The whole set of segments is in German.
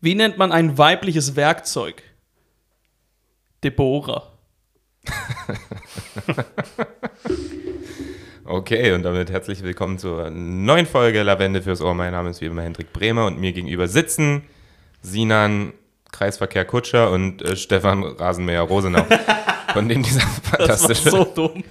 Wie nennt man ein weibliches Werkzeug? Deborah. Okay, und damit herzlich willkommen zur neuen Folge Lavende fürs Ohr. Mein Name ist wie immer Hendrik Bremer und mir gegenüber sitzen Sinan Kreisverkehr Kutscher und äh, Stefan Rasenmäher Rosenau, von dem dieser Das war fantastische, so dumm.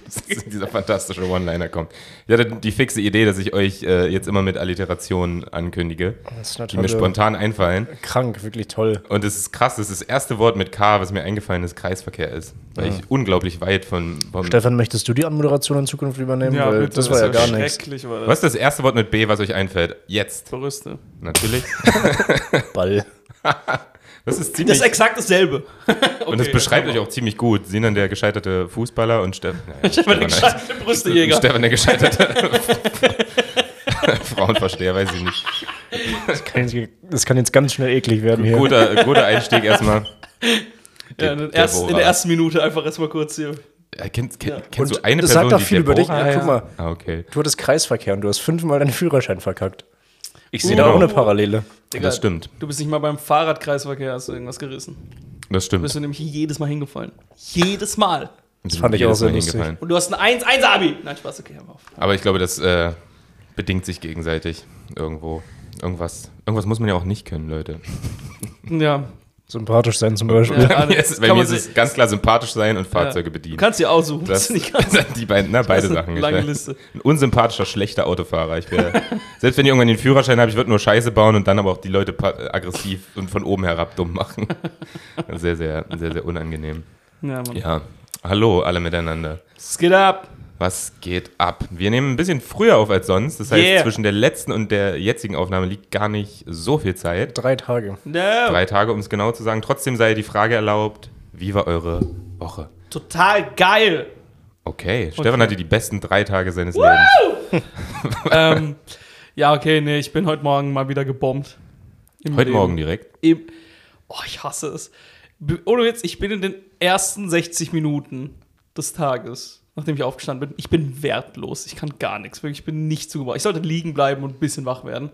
dieser fantastische One-Liner kommt. Ich hatte die fixe Idee, dass ich euch äh, jetzt immer mit Alliterationen ankündige, Das ist die mir natürlich spontan einfallen. krank, wirklich toll. Und es ist krass, das ist das erste Wort mit K, was mir eingefallen ist, Kreisverkehr ist. Weil ich unglaublich weit von. von Stefan, möchtest du die Anmoderation in Zukunft übernehmen? Weil bitte, das war ja ist gar nichts. Schrecklich war das. was ist das erste Wort mit B, was euch einfällt? Jetzt. Brüste. Natürlich. Ball. Das ist Das ziemlich. ist exakt dasselbe. und das beschreibt genau. euch auch ziemlich gut. Sinan, der gescheiterte Fußballer und Steff, naja, Stefan, Stefan, der heißt- gescheite Brüstejäger. Stefan, der gescheiterte Frauenversteher, weiß ich nicht. Das kann, jetzt, das kann jetzt ganz schnell eklig werden hier. Guter, guter Einstieg erstmal. Ja, in, den ersten, in der ersten Minute einfach erstmal kurz hier. Ja, kennst kenn, Ja. kennst Und du eine das Person, sagt doch die viel über dich. Deborah Ja, guck heißt? mal. Ah, okay. Du hattest Kreisverkehr und du hast fünfmal deinen Führerschein verkackt. Ich Sehe da auch eine Parallele. Das stimmt. Du bist nicht mal beim Fahrradkreisverkehr, hast du irgendwas gerissen. Das Du bist stimmt. du nämlich jedes Mal hingefallen. Jedes Mal. Das fand ich auch sehr lustig. Und du hast ein 1-1-Abi. Nein, Spaß, okay, hör mal auf. Aber ich glaube, das äh, bedingt sich gegenseitig irgendwo. Irgendwas, irgendwas muss man ja auch nicht können, Leute. Ja, Sympathisch sein zum Beispiel. Ja. Ah, Bei mir das ist, bei kann mir man ist sich- es ganz klar sympathisch sein und Fahrzeuge Du bedienen. kannst dir aussuchen. das Das nicht ganz die beiden, na, beide eine Sachen. Ich lange wär Liste. Ein unsympathischer, schlechter Autofahrer. Ich wär, selbst wenn ich irgendwann den Führerschein habe, ich würde nur Scheiße bauen und dann aber auch die Leute pa- äh, aggressiv und von oben herab dumm machen. Sehr, sehr, sehr, sehr unangenehm. ja, Mann. Ja. Hallo alle miteinander. Es geht ab. Was geht ab? Wir nehmen ein bisschen früher auf als sonst. Das heißt, Yeah. zwischen der letzten und der jetzigen Aufnahme liegt gar nicht so viel Zeit. Drei Tage. No. Drei Tage, um es genau zu sagen. Trotzdem sei die Frage erlaubt, wie war eure Woche? Total geil. Okay, Stefan hatte die besten drei Tage seines Lebens. ähm, ja, okay, nee, ich bin heute Morgen mal wieder gebombt. Im Heute Leben. Morgen direkt. Im, oh, ich hasse es. Be- Ohne Witz, ich bin in den ersten 60 Minuten des Tages, nachdem ich aufgestanden bin, ich bin wertlos. Ich kann gar nichts. Wirklich, ich bin nicht zugebracht. Ich sollte liegen bleiben und ein bisschen wach werden.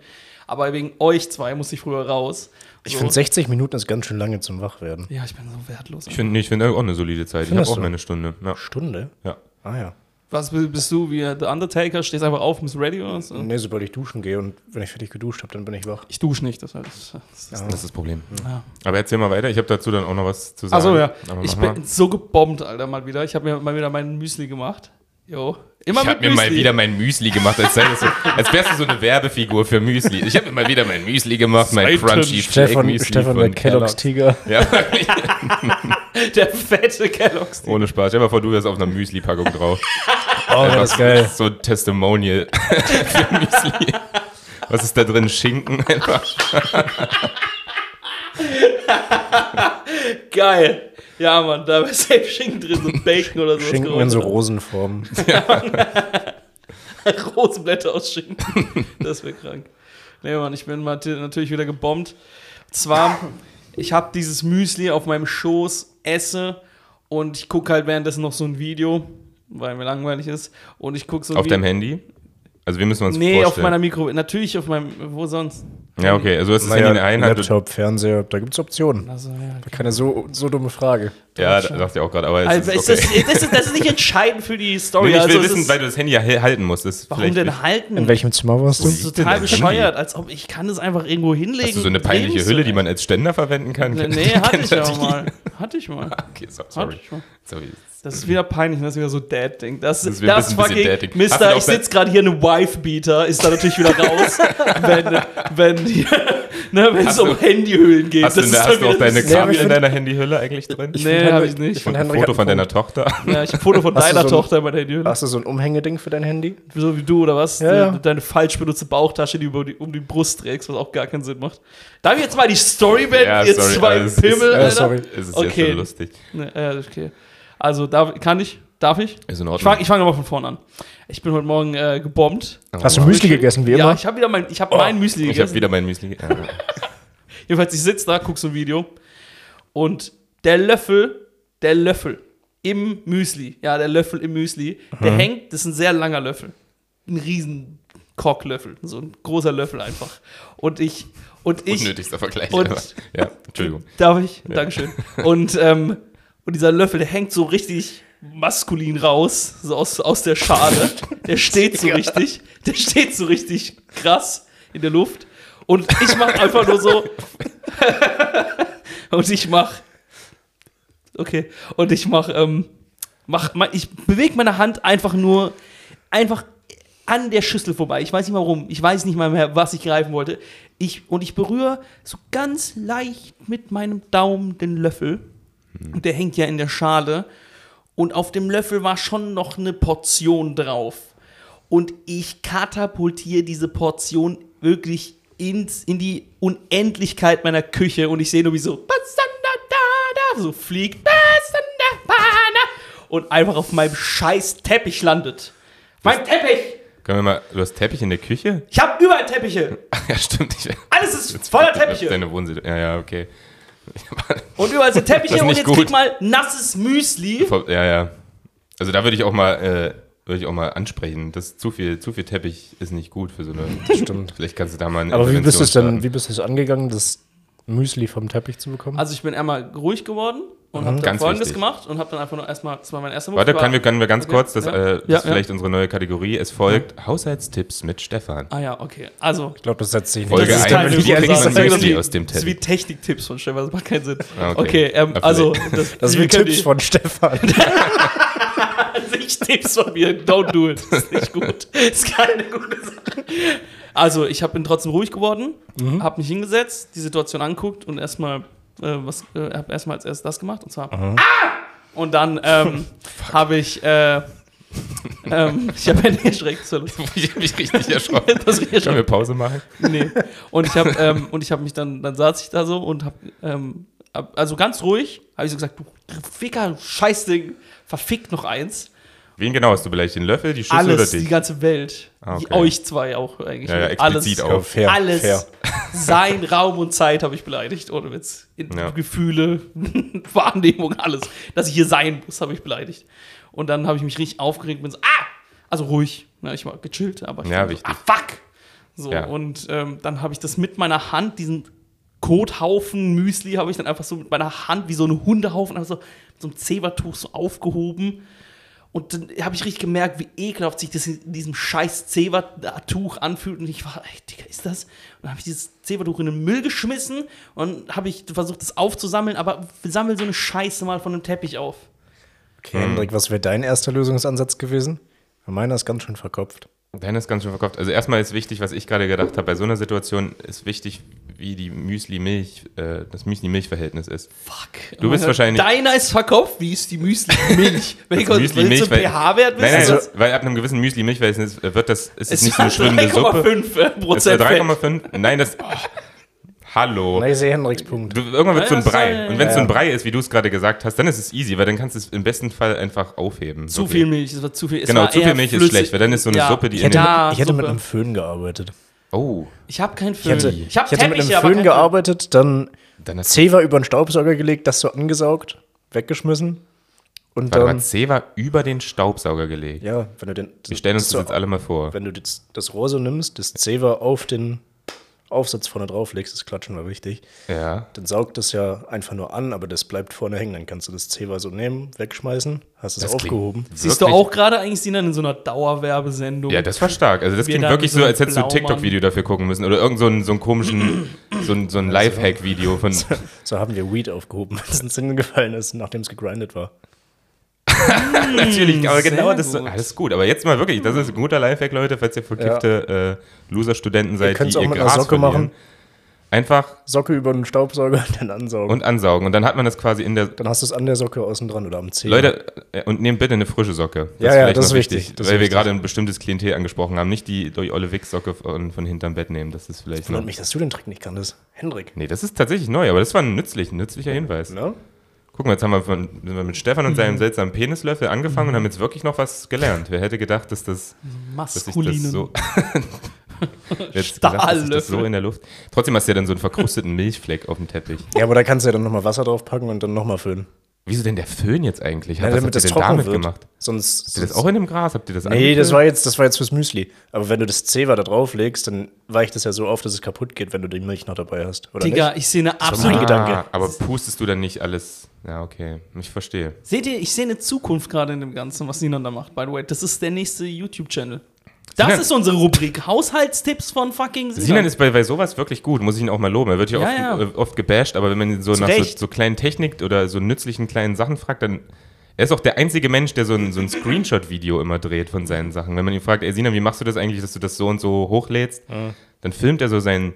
Aber wegen euch zwei muss ich früher raus. Ich So. finde 60 Minuten ist ganz schön lange zum Wachwerden. Ja, ich bin so wertlos. Ich finde nee, ich finde auch eine solide Zeit. Ich habe Findest auch du? meine Stunde. Ja. Stunde? Ja. Ah ja. Was bi- bist du wie The Undertaker? Stehst einfach auf, bist ready oder so? Nee, sobald ich duschen gehe und wenn ich fertig geduscht habe, dann bin ich wach. Ich dusche nicht, das heißt. Das ist Das ist das Problem. Ja. Aber erzähl mal weiter. Ich habe dazu dann auch noch was zu sagen. Achso, ja. Aber Ich mach mal. bin so gebombt, Alter, mal wieder. Ich habe mir mal wieder meinen Müsli gemacht. Jo. Immer Ich habe mir mal wieder mein Müsli gemacht, als, sei das so, als wärst du so eine Werbefigur für Müsli. Ich habe mir mal wieder mein Müsli gemacht, mein Seiten. Crunchy Flake Stefan, Müsli Stefan der von Kellogg's Tiger. Ja, wirklich. Der fette Kellogg's. ohne Spaß. Stell dir mal vor, du wärst auf einer Müsli-Packung drauf. Oh, wär das Was ist geil. So ein Testimonial für Müsli. Was ist da drin? Schinken einfach. Geil. Ja, Mann, da wäre safe Schinken drin, so Bacon oder so. Schinken in so Rosenform. Rosenblätter aus Schinken. Das wäre krank. Nee, Mann, ich bin mal t- natürlich wieder gebombt. Und Zwar, ich habe dieses Müsli auf meinem Schoß, esse und ich gucke halt währenddessen noch so ein Video, weil mir langweilig ist. Und ich gucke so ein Auf Video. deinem Handy? Also wir müssen uns Nee, auf meiner vorstellen. Mikro. Natürlich auf meinem. Wo sonst? Ja, okay. Also es ist Handy in der einen Hand. und- Laptop, Fernseher, da gibt es Optionen. Also, ja. Keine so, so dumme Frage. Ja, das sagt ihr auch gerade. Aber es Also, ist ist okay. das, das, ist, das ist nicht entscheidend für die Story. Nee, ich also, will es wissen, ist, weil du das Handy ja he- halten musst. Das ist warum vielleicht denn wichtig. halten? In welchem Zimmer warst das ist du? liegt denn total da drin? bescheuert, als ob ich kann das einfach irgendwo hinlegen. Hast du Also so eine peinliche neben Hülle, die so- man als Ständer verwenden kann? Nee, hatte ich ja Kennt ihr auch die? mal. Hatte ich mal. Okay, so, Hatte Ah, sorry. ich mal. sorry. Das ist wieder peinlich, das ist wieder so Dad-Ding. Das Das ist ist wieder ein das bisschen- bisschen fucking Dad-Ding. Hast du Mister, noch ich dein- sitze gerade hier eine Wife-Beater, ist da natürlich wieder raus, wenn wenn die- ne, wenn es Hast du- um Handyhüllen geht. Hast du, denn da, ist hast dann du auch wieder deine das- Ja, aber Kabel ich in find- deiner Handyhülle eigentlich drin? Nee, habe ich nicht. Und find, ein Henrik Foto hat von einen deiner Tochter? Ja, ich ein Foto von Hast du deiner so ein- Tochter bei der Handyhülle. Hast du so ein Umhängeding für dein Handy? So wie du, oder was? Ja, ja. De- Deine falsch benutzte Bauchtasche, die du über die, um die Brust trägst, was auch gar keinen Sinn macht. Darf ich jetzt mal die Story beenden? Ja, ihr sorry, zwei also es ist- Pimmel, ja, Alter? sorry. Es ist jetzt Okay. schon lustig. Ne, äh, okay. Also, darf, kann ich? Darf ich? Ist in Ich fange ich fang nochmal von vorne an. Ich bin heute Morgen äh, gebombt. Hast du Müsli gegessen, wie Ja, immer? ich habe wieder mein, ich hab mein Müsli Oh. Ich habe gegessen. wieder mein Müsli gegessen. Jedenfalls, ich sitze da, guck so ein Video und der Löffel, der Löffel im Müsli, ja, der Löffel im Müsli, der hängt, das ist ein sehr langer Löffel. Ein riesen Korklöffel, so ein großer Löffel einfach. Und ich und ich Unnötigster Vergleich. und- aber- ja, Entschuldigung. Darf ich? Dankeschön. Und, ähm, und dieser Löffel, der hängt so richtig maskulin raus, so aus, aus der Schale. Der steht so richtig, der steht so richtig krass in der Luft. Und ich mach einfach nur so. und ich mach. Okay. Und ich mach, ähm, mach, ma- ich bewege meine Hand einfach nur, einfach an der Schüssel vorbei. Ich weiß nicht mal warum. Ich weiß nicht mal mehr, was ich greifen wollte. Ich, und ich berühre so ganz leicht mit meinem Daumen den Löffel. Und der hängt ja in der Schale. Und auf dem Löffel war schon noch eine Portion drauf. Und ich katapultiere diese Portion wirklich ins, in die Unendlichkeit meiner Küche. Und ich sehe nur, wie so, "Basandadada", so fliegt, "Basandabana", und einfach auf meinem scheiß Teppich landet. Mein Teppich! Können wir mal, du hast Teppich in der Küche? Ich habe überall Teppiche. Ach ja, stimmt. Ich, Alles ist voller Ich hab Teppiche. Deine Wohnsitte. Ja, ja, okay. Und überall sind Das Teppiche ist und nicht jetzt gut. krieg mal nasses Müsli. Voll- Ja, ja. Also da würde ich auch mal, äh, würde ich auch mal ansprechen. Das zu viel, zu viel Teppich ist nicht gut für so eine. Stimmt. Vielleicht kannst du da mal. Eine Aber wie bist du es denn, Intervention wie bist du es angegangen, das Müsli vom Teppich zu bekommen? Also ich bin einmal ruhig geworden und habe dann Ganz Folgendes wichtig. gemacht und habe dann einfach nur erstmal, das war mein erster starten. Move. Warte, war- können wir, können wir ganz Okay, kurz, das, ja. äh, das Ja, ist ja. vielleicht unsere neue Kategorie. Es folgt Haushaltstipps mit Stefan. Ah ja, okay. Also, ich glaube, das setzt sich Folge nicht. das ein, ist keine wie gute kriegt man Sache. Müsli Das ist wie- aus dem Das ist wie Techniktipps von Stefan, das macht keinen Sinn. Ah, Okay, okay. ähm, also Absolut. das, Das sind wir die können Tipps die- von Stefan. Also Ich Tipps von mir, don't do it. Das ist nicht gut. Das ist keine gute Sache. Also, ich hab, bin trotzdem ruhig geworden, Mhm. habe mich hingesetzt, die Situation anguckt und erstmal äh, was, äh, habe erstmal als erstes das gemacht und zwar Mhm. ah! und dann ähm, habe ich äh, ähm, ich habe Handy erschreckt. was soll das? ich habe mich richtig erschrocken. Das ist Können wir Pause machen? Nee. Und ich habe ähm, und ich habe mich dann dann saß ich da so und habe ähm, ab- also ganz ruhig habe ich so gesagt, du Ficker, du Scheißding, verfickt noch eins. Wen genau hast du beleidigt? Den Löffel, die Schüssel alles, oder die dich? ganze Welt. Ah, okay. Die, euch zwei auch eigentlich. Ja, ja, explizit alles, auch. Oh, fair, alles fair. sein Raum und Zeit habe ich beleidigt, ohne Witz. In Ja. Gefühle, Wahrnehmung, alles. Dass ich hier sein muss, habe ich beleidigt. Und dann habe ich mich richtig aufgeregt und so, ah! Also ruhig. Na, ich war gechillt, aber ich Ja, war so, wichtig. ah, fuck! So, Ja. und ähm, dann habe ich das mit meiner Hand, diesen Kothaufen Müsli, habe ich dann einfach so mit meiner Hand wie so einen Hundehaufen, also mit so einem Zebertuch so aufgehoben. Und dann habe ich richtig gemerkt, wie ekelhaft sich das in diesem scheiß Zebertuch anfühlt. Und ich war, ey, Digga, ist das? Und dann habe ich dieses Zebertuch in den Müll geschmissen und habe ich versucht, das aufzusammeln. Aber sammel so eine Scheiße mal von einem Teppich auf. Okay, Hendrik, was wäre dein erster Lösungsansatz gewesen? Meiner ist ganz schön verkopft. Deine ist ganz schön verkauft. Also erstmal ist wichtig, was ich gerade gedacht habe, bei so einer Situation ist wichtig, wie die Müsli-Milch, äh, das Müsli-Milch-Verhältnis ist. Fuck. Du bist Mein Gott, wahrscheinlich- Deiner ist verkauft. Wie ist die Müsli-Milch? Wenn ich Also Müsli Milch, weil- pH-Wert Nein, nein, wissen, weil ab einem gewissen Müsli-Milchverhältnis wird das, ist es es nicht so eine schwimmende Suppe. 3,5 Es war äh, Prozent. Fett. 3,5. Nein, das. Oh, hallo. Na, ich sehe Hendriks Punkt. Du, irgendwann wird es so ein Ja, das Brei. soll- Und wenn es so ein Ja. Brei ist, wie du es gerade gesagt hast, dann ist es easy, weil dann kannst du es im besten Fall einfach aufheben. Zu Wirklich. viel Milch. Es war zu viel. Es Genau, war zu viel eher Milch ist flüssig. schlecht, weil dann ist so eine Suppe, die Ich in hätte, den. Ja, mit, ich hätte mit super. einem Föhn gearbeitet. Oh, Ich habe keinen Föhn. Ich hätte, Ich habe ich hätte mit Teppiche, einem aber Föhn keinen Föhn. gearbeitet, dann dann hast Zewa über den Staubsauger gelegt, das so angesaugt, weggeschmissen. Und du. Warte dann, mal, C war über den Staubsauger gelegt. ja, wenn du den. Wir stellen uns das jetzt alle mal vor. Wenn du das, das Rohr so nimmst, das Zewa auf den Aufsatz vorne drauflegst, das Klatschen war wichtig, Ja. dann saugt das ja einfach nur an, aber das bleibt vorne hängen. Dann kannst du das Zewa so nehmen, wegschmeißen, hast es Das klingt- aufgehoben. Siehst du Wirklich? auch gerade eigentlich, Sinan, in so einer Dauerwerbesendung? Ja, das war stark. Also das Wir klingt dann wirklich so so, als hättest du ein Blaumann. TikTok-Video dafür gucken müssen oder irgend so einen, so einen komischen, so ein, Also- so ein Lifehack-Video von. So haben wir Weed aufgehoben, weil es ins Sinn gefallen ist, nachdem es gegrindet war. Hm, Natürlich, aber genau sehr das ist gut. alles gut. Aber jetzt mal wirklich, das ist ein guter Lifehack, Leute, falls ihr verkiffte äh, Loser-Studenten seid, könnt's die auch ihr mit einer Gras Socke verlieren. machen. Einfach Socke über den Staubsauger, dann ansaugen. und ansaugen. Und dann hat man das quasi in der. Dann hast du es an der Socke außen dran oder am Zeh. Leute, äh, und nehmt bitte eine frische Socke. Ja, ja, vielleicht das noch ist wichtig, das ist weil wir wichtig. gerade ein bestimmtes Klientel angesprochen haben. Nicht die, die olle Wichssocke von, von hinterm Bett nehmen. Das ist vielleicht noch. Wundert mich, dass du den Trick nicht kanntest. Hendrik. Nee, das ist tatsächlich neu, aber das war ein nützlich, ein nützlicher Hinweis. Ne? Mhm. Guck mal, jetzt haben wir, von, sind wir mit Stefan und seinem seltsamen Penislöffel angefangen und haben jetzt wirklich noch was gelernt. Wer hätte gedacht, dass das, dass ich das Maskulinen. so. Wer hätte gedacht, dass ich das so Stahllöffel. in der Luft. Trotzdem hast du ja dann so einen verkrusteten Milchfleck auf dem Teppich. Ja, aber da kannst du ja dann nochmal Wasser drauf packen und dann nochmal füllen. Wieso denn der Föhn jetzt eigentlich? Hat, Ja, was habt ihr denn damit gemacht? Sonst. Habt ihr das sonst- auch in dem Gras? Habt ihr das Nee, das angeschnitten? war, jetzt, das war jetzt fürs Müsli. Aber wenn du das Zewa da drauf legst, dann weicht das ja so auf, dass es kaputt geht, wenn du die Milch noch dabei hast. Oder Digga, nicht? ich sehe eine mein absolute. Gedanke. Ah, aber pustest du dann nicht alles? Ja, okay. Ich verstehe. Seht ihr, ich sehe eine Zukunft gerade in dem Ganzen, was Sinan da macht, by the way. Das ist der nächste YouTube-Channel. Das Sinan- ist unsere Rubrik. Haushaltstipps von fucking Sinan. Sinan ist bei, bei sowas wirklich gut, muss ich ihn auch mal loben. Er wird ja, Ja, oft, äh, oft gebasht, aber wenn man ihn so Zu nach so, Recht. so kleinen Technik oder so nützlichen kleinen Sachen fragt, dann. Er ist auch der einzige Mensch, der so ein, so ein Screenshot-Video immer dreht von seinen Sachen. Wenn man ihn fragt, ey Sinan, wie machst du das eigentlich, dass du das so und so hochlädst, dann filmt er so seinen,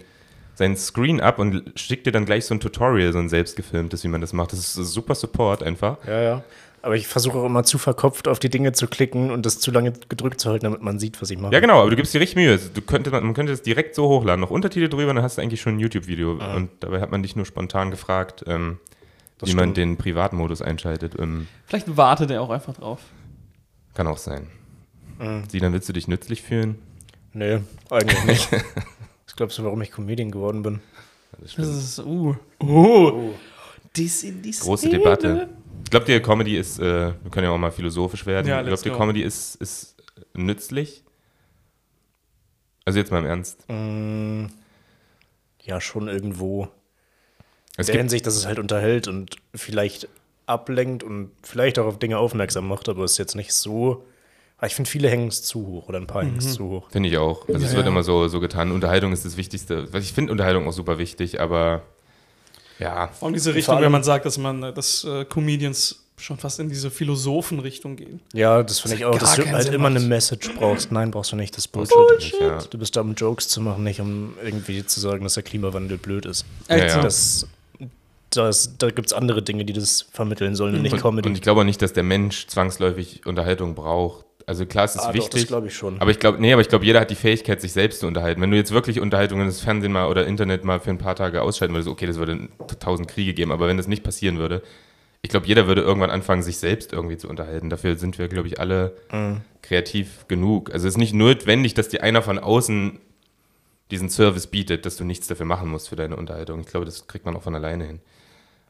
seinen Screen ab und schickt dir dann gleich so ein Tutorial, so ein selbstgefilmtes, wie man das macht. Das ist so super Support einfach. Ja, ja. Aber ich versuche auch immer zu verkopft auf die Dinge zu klicken und das zu lange gedrückt zu halten, damit man sieht, was ich mache. Ja, genau, aber du gibst dir richtig Mühe. Du könnte, man könnte es direkt so hochladen, noch Untertitel drüber, dann hast du eigentlich schon ein YouTube-Video. Ah. Und dabei hat man dich nur spontan gefragt, ähm, wie man stimmt. den Privatmodus einschaltet. Ähm, Vielleicht wartet er auch einfach drauf. kann auch sein. Mhm. Sie, dann willst du dich nützlich fühlen? Nee, eigentlich nicht. Was glaubst du, warum ich Comedian geworden bin? Das ist, uh. Oh. Dies in die Große Szene. Debatte. Ich glaube, die Comedy ist, äh, wir können ja auch mal philosophisch werden. Ja, ich let's glaube, die go. Comedy ist, ist nützlich. Also jetzt mal im Ernst. Mhm. Hm, Ja, schon irgendwo. Es In der gibt Hinsicht, dass es halt unterhält und vielleicht ablenkt und vielleicht auch auf Dinge aufmerksam macht, aber es ist jetzt nicht so. Aber Ich finde, viele hängen es zu hoch oder ein paar hängen es zu hoch. Finde ich auch. Also es Ja, wird ja. immer so, so getan. Unterhaltung ist das Wichtigste. Ich finde Unterhaltung auch super wichtig, aber ja. Auch in diese Vor Richtung, allem- wenn man sagt, dass man, äh, dass äh, Comedians schon fast in diese Philosophen-Richtung gehen. Ja, das finde ich auch, gar dass du keinen halt Sinn immer macht. eine Message brauchst. Nein, brauchst du nicht, das ist Bullshit. Ja. Du bist da, um Jokes zu machen, nicht um irgendwie zu sagen, dass der Klimawandel blöd ist. Ja, ja. Das, das, da gibt es andere Dinge, die das vermitteln sollen und nicht Und, Comedy. und ich glaube auch nicht, dass der Mensch zwangsläufig Unterhaltung braucht. Also klar, es ist Ah, doch, wichtig. das glaube ich schon. Aber ich glaube, nee, aber ich glaube, jeder hat die Fähigkeit, sich selbst zu unterhalten. Wenn du jetzt wirklich Unterhaltung in das Fernsehen mal oder Internet mal für ein paar Tage ausschalten würdest, okay, das würde tausend Kriege geben, aber wenn das nicht passieren würde, ich glaube, jeder würde irgendwann anfangen, sich selbst irgendwie zu unterhalten. Dafür sind wir, glaube ich, alle Mhm. kreativ genug. Also es ist nicht notwendig, dass dir einer von außen diesen Service bietet, dass du nichts dafür machen musst für deine Unterhaltung. Ich glaube, das kriegt man auch von alleine hin.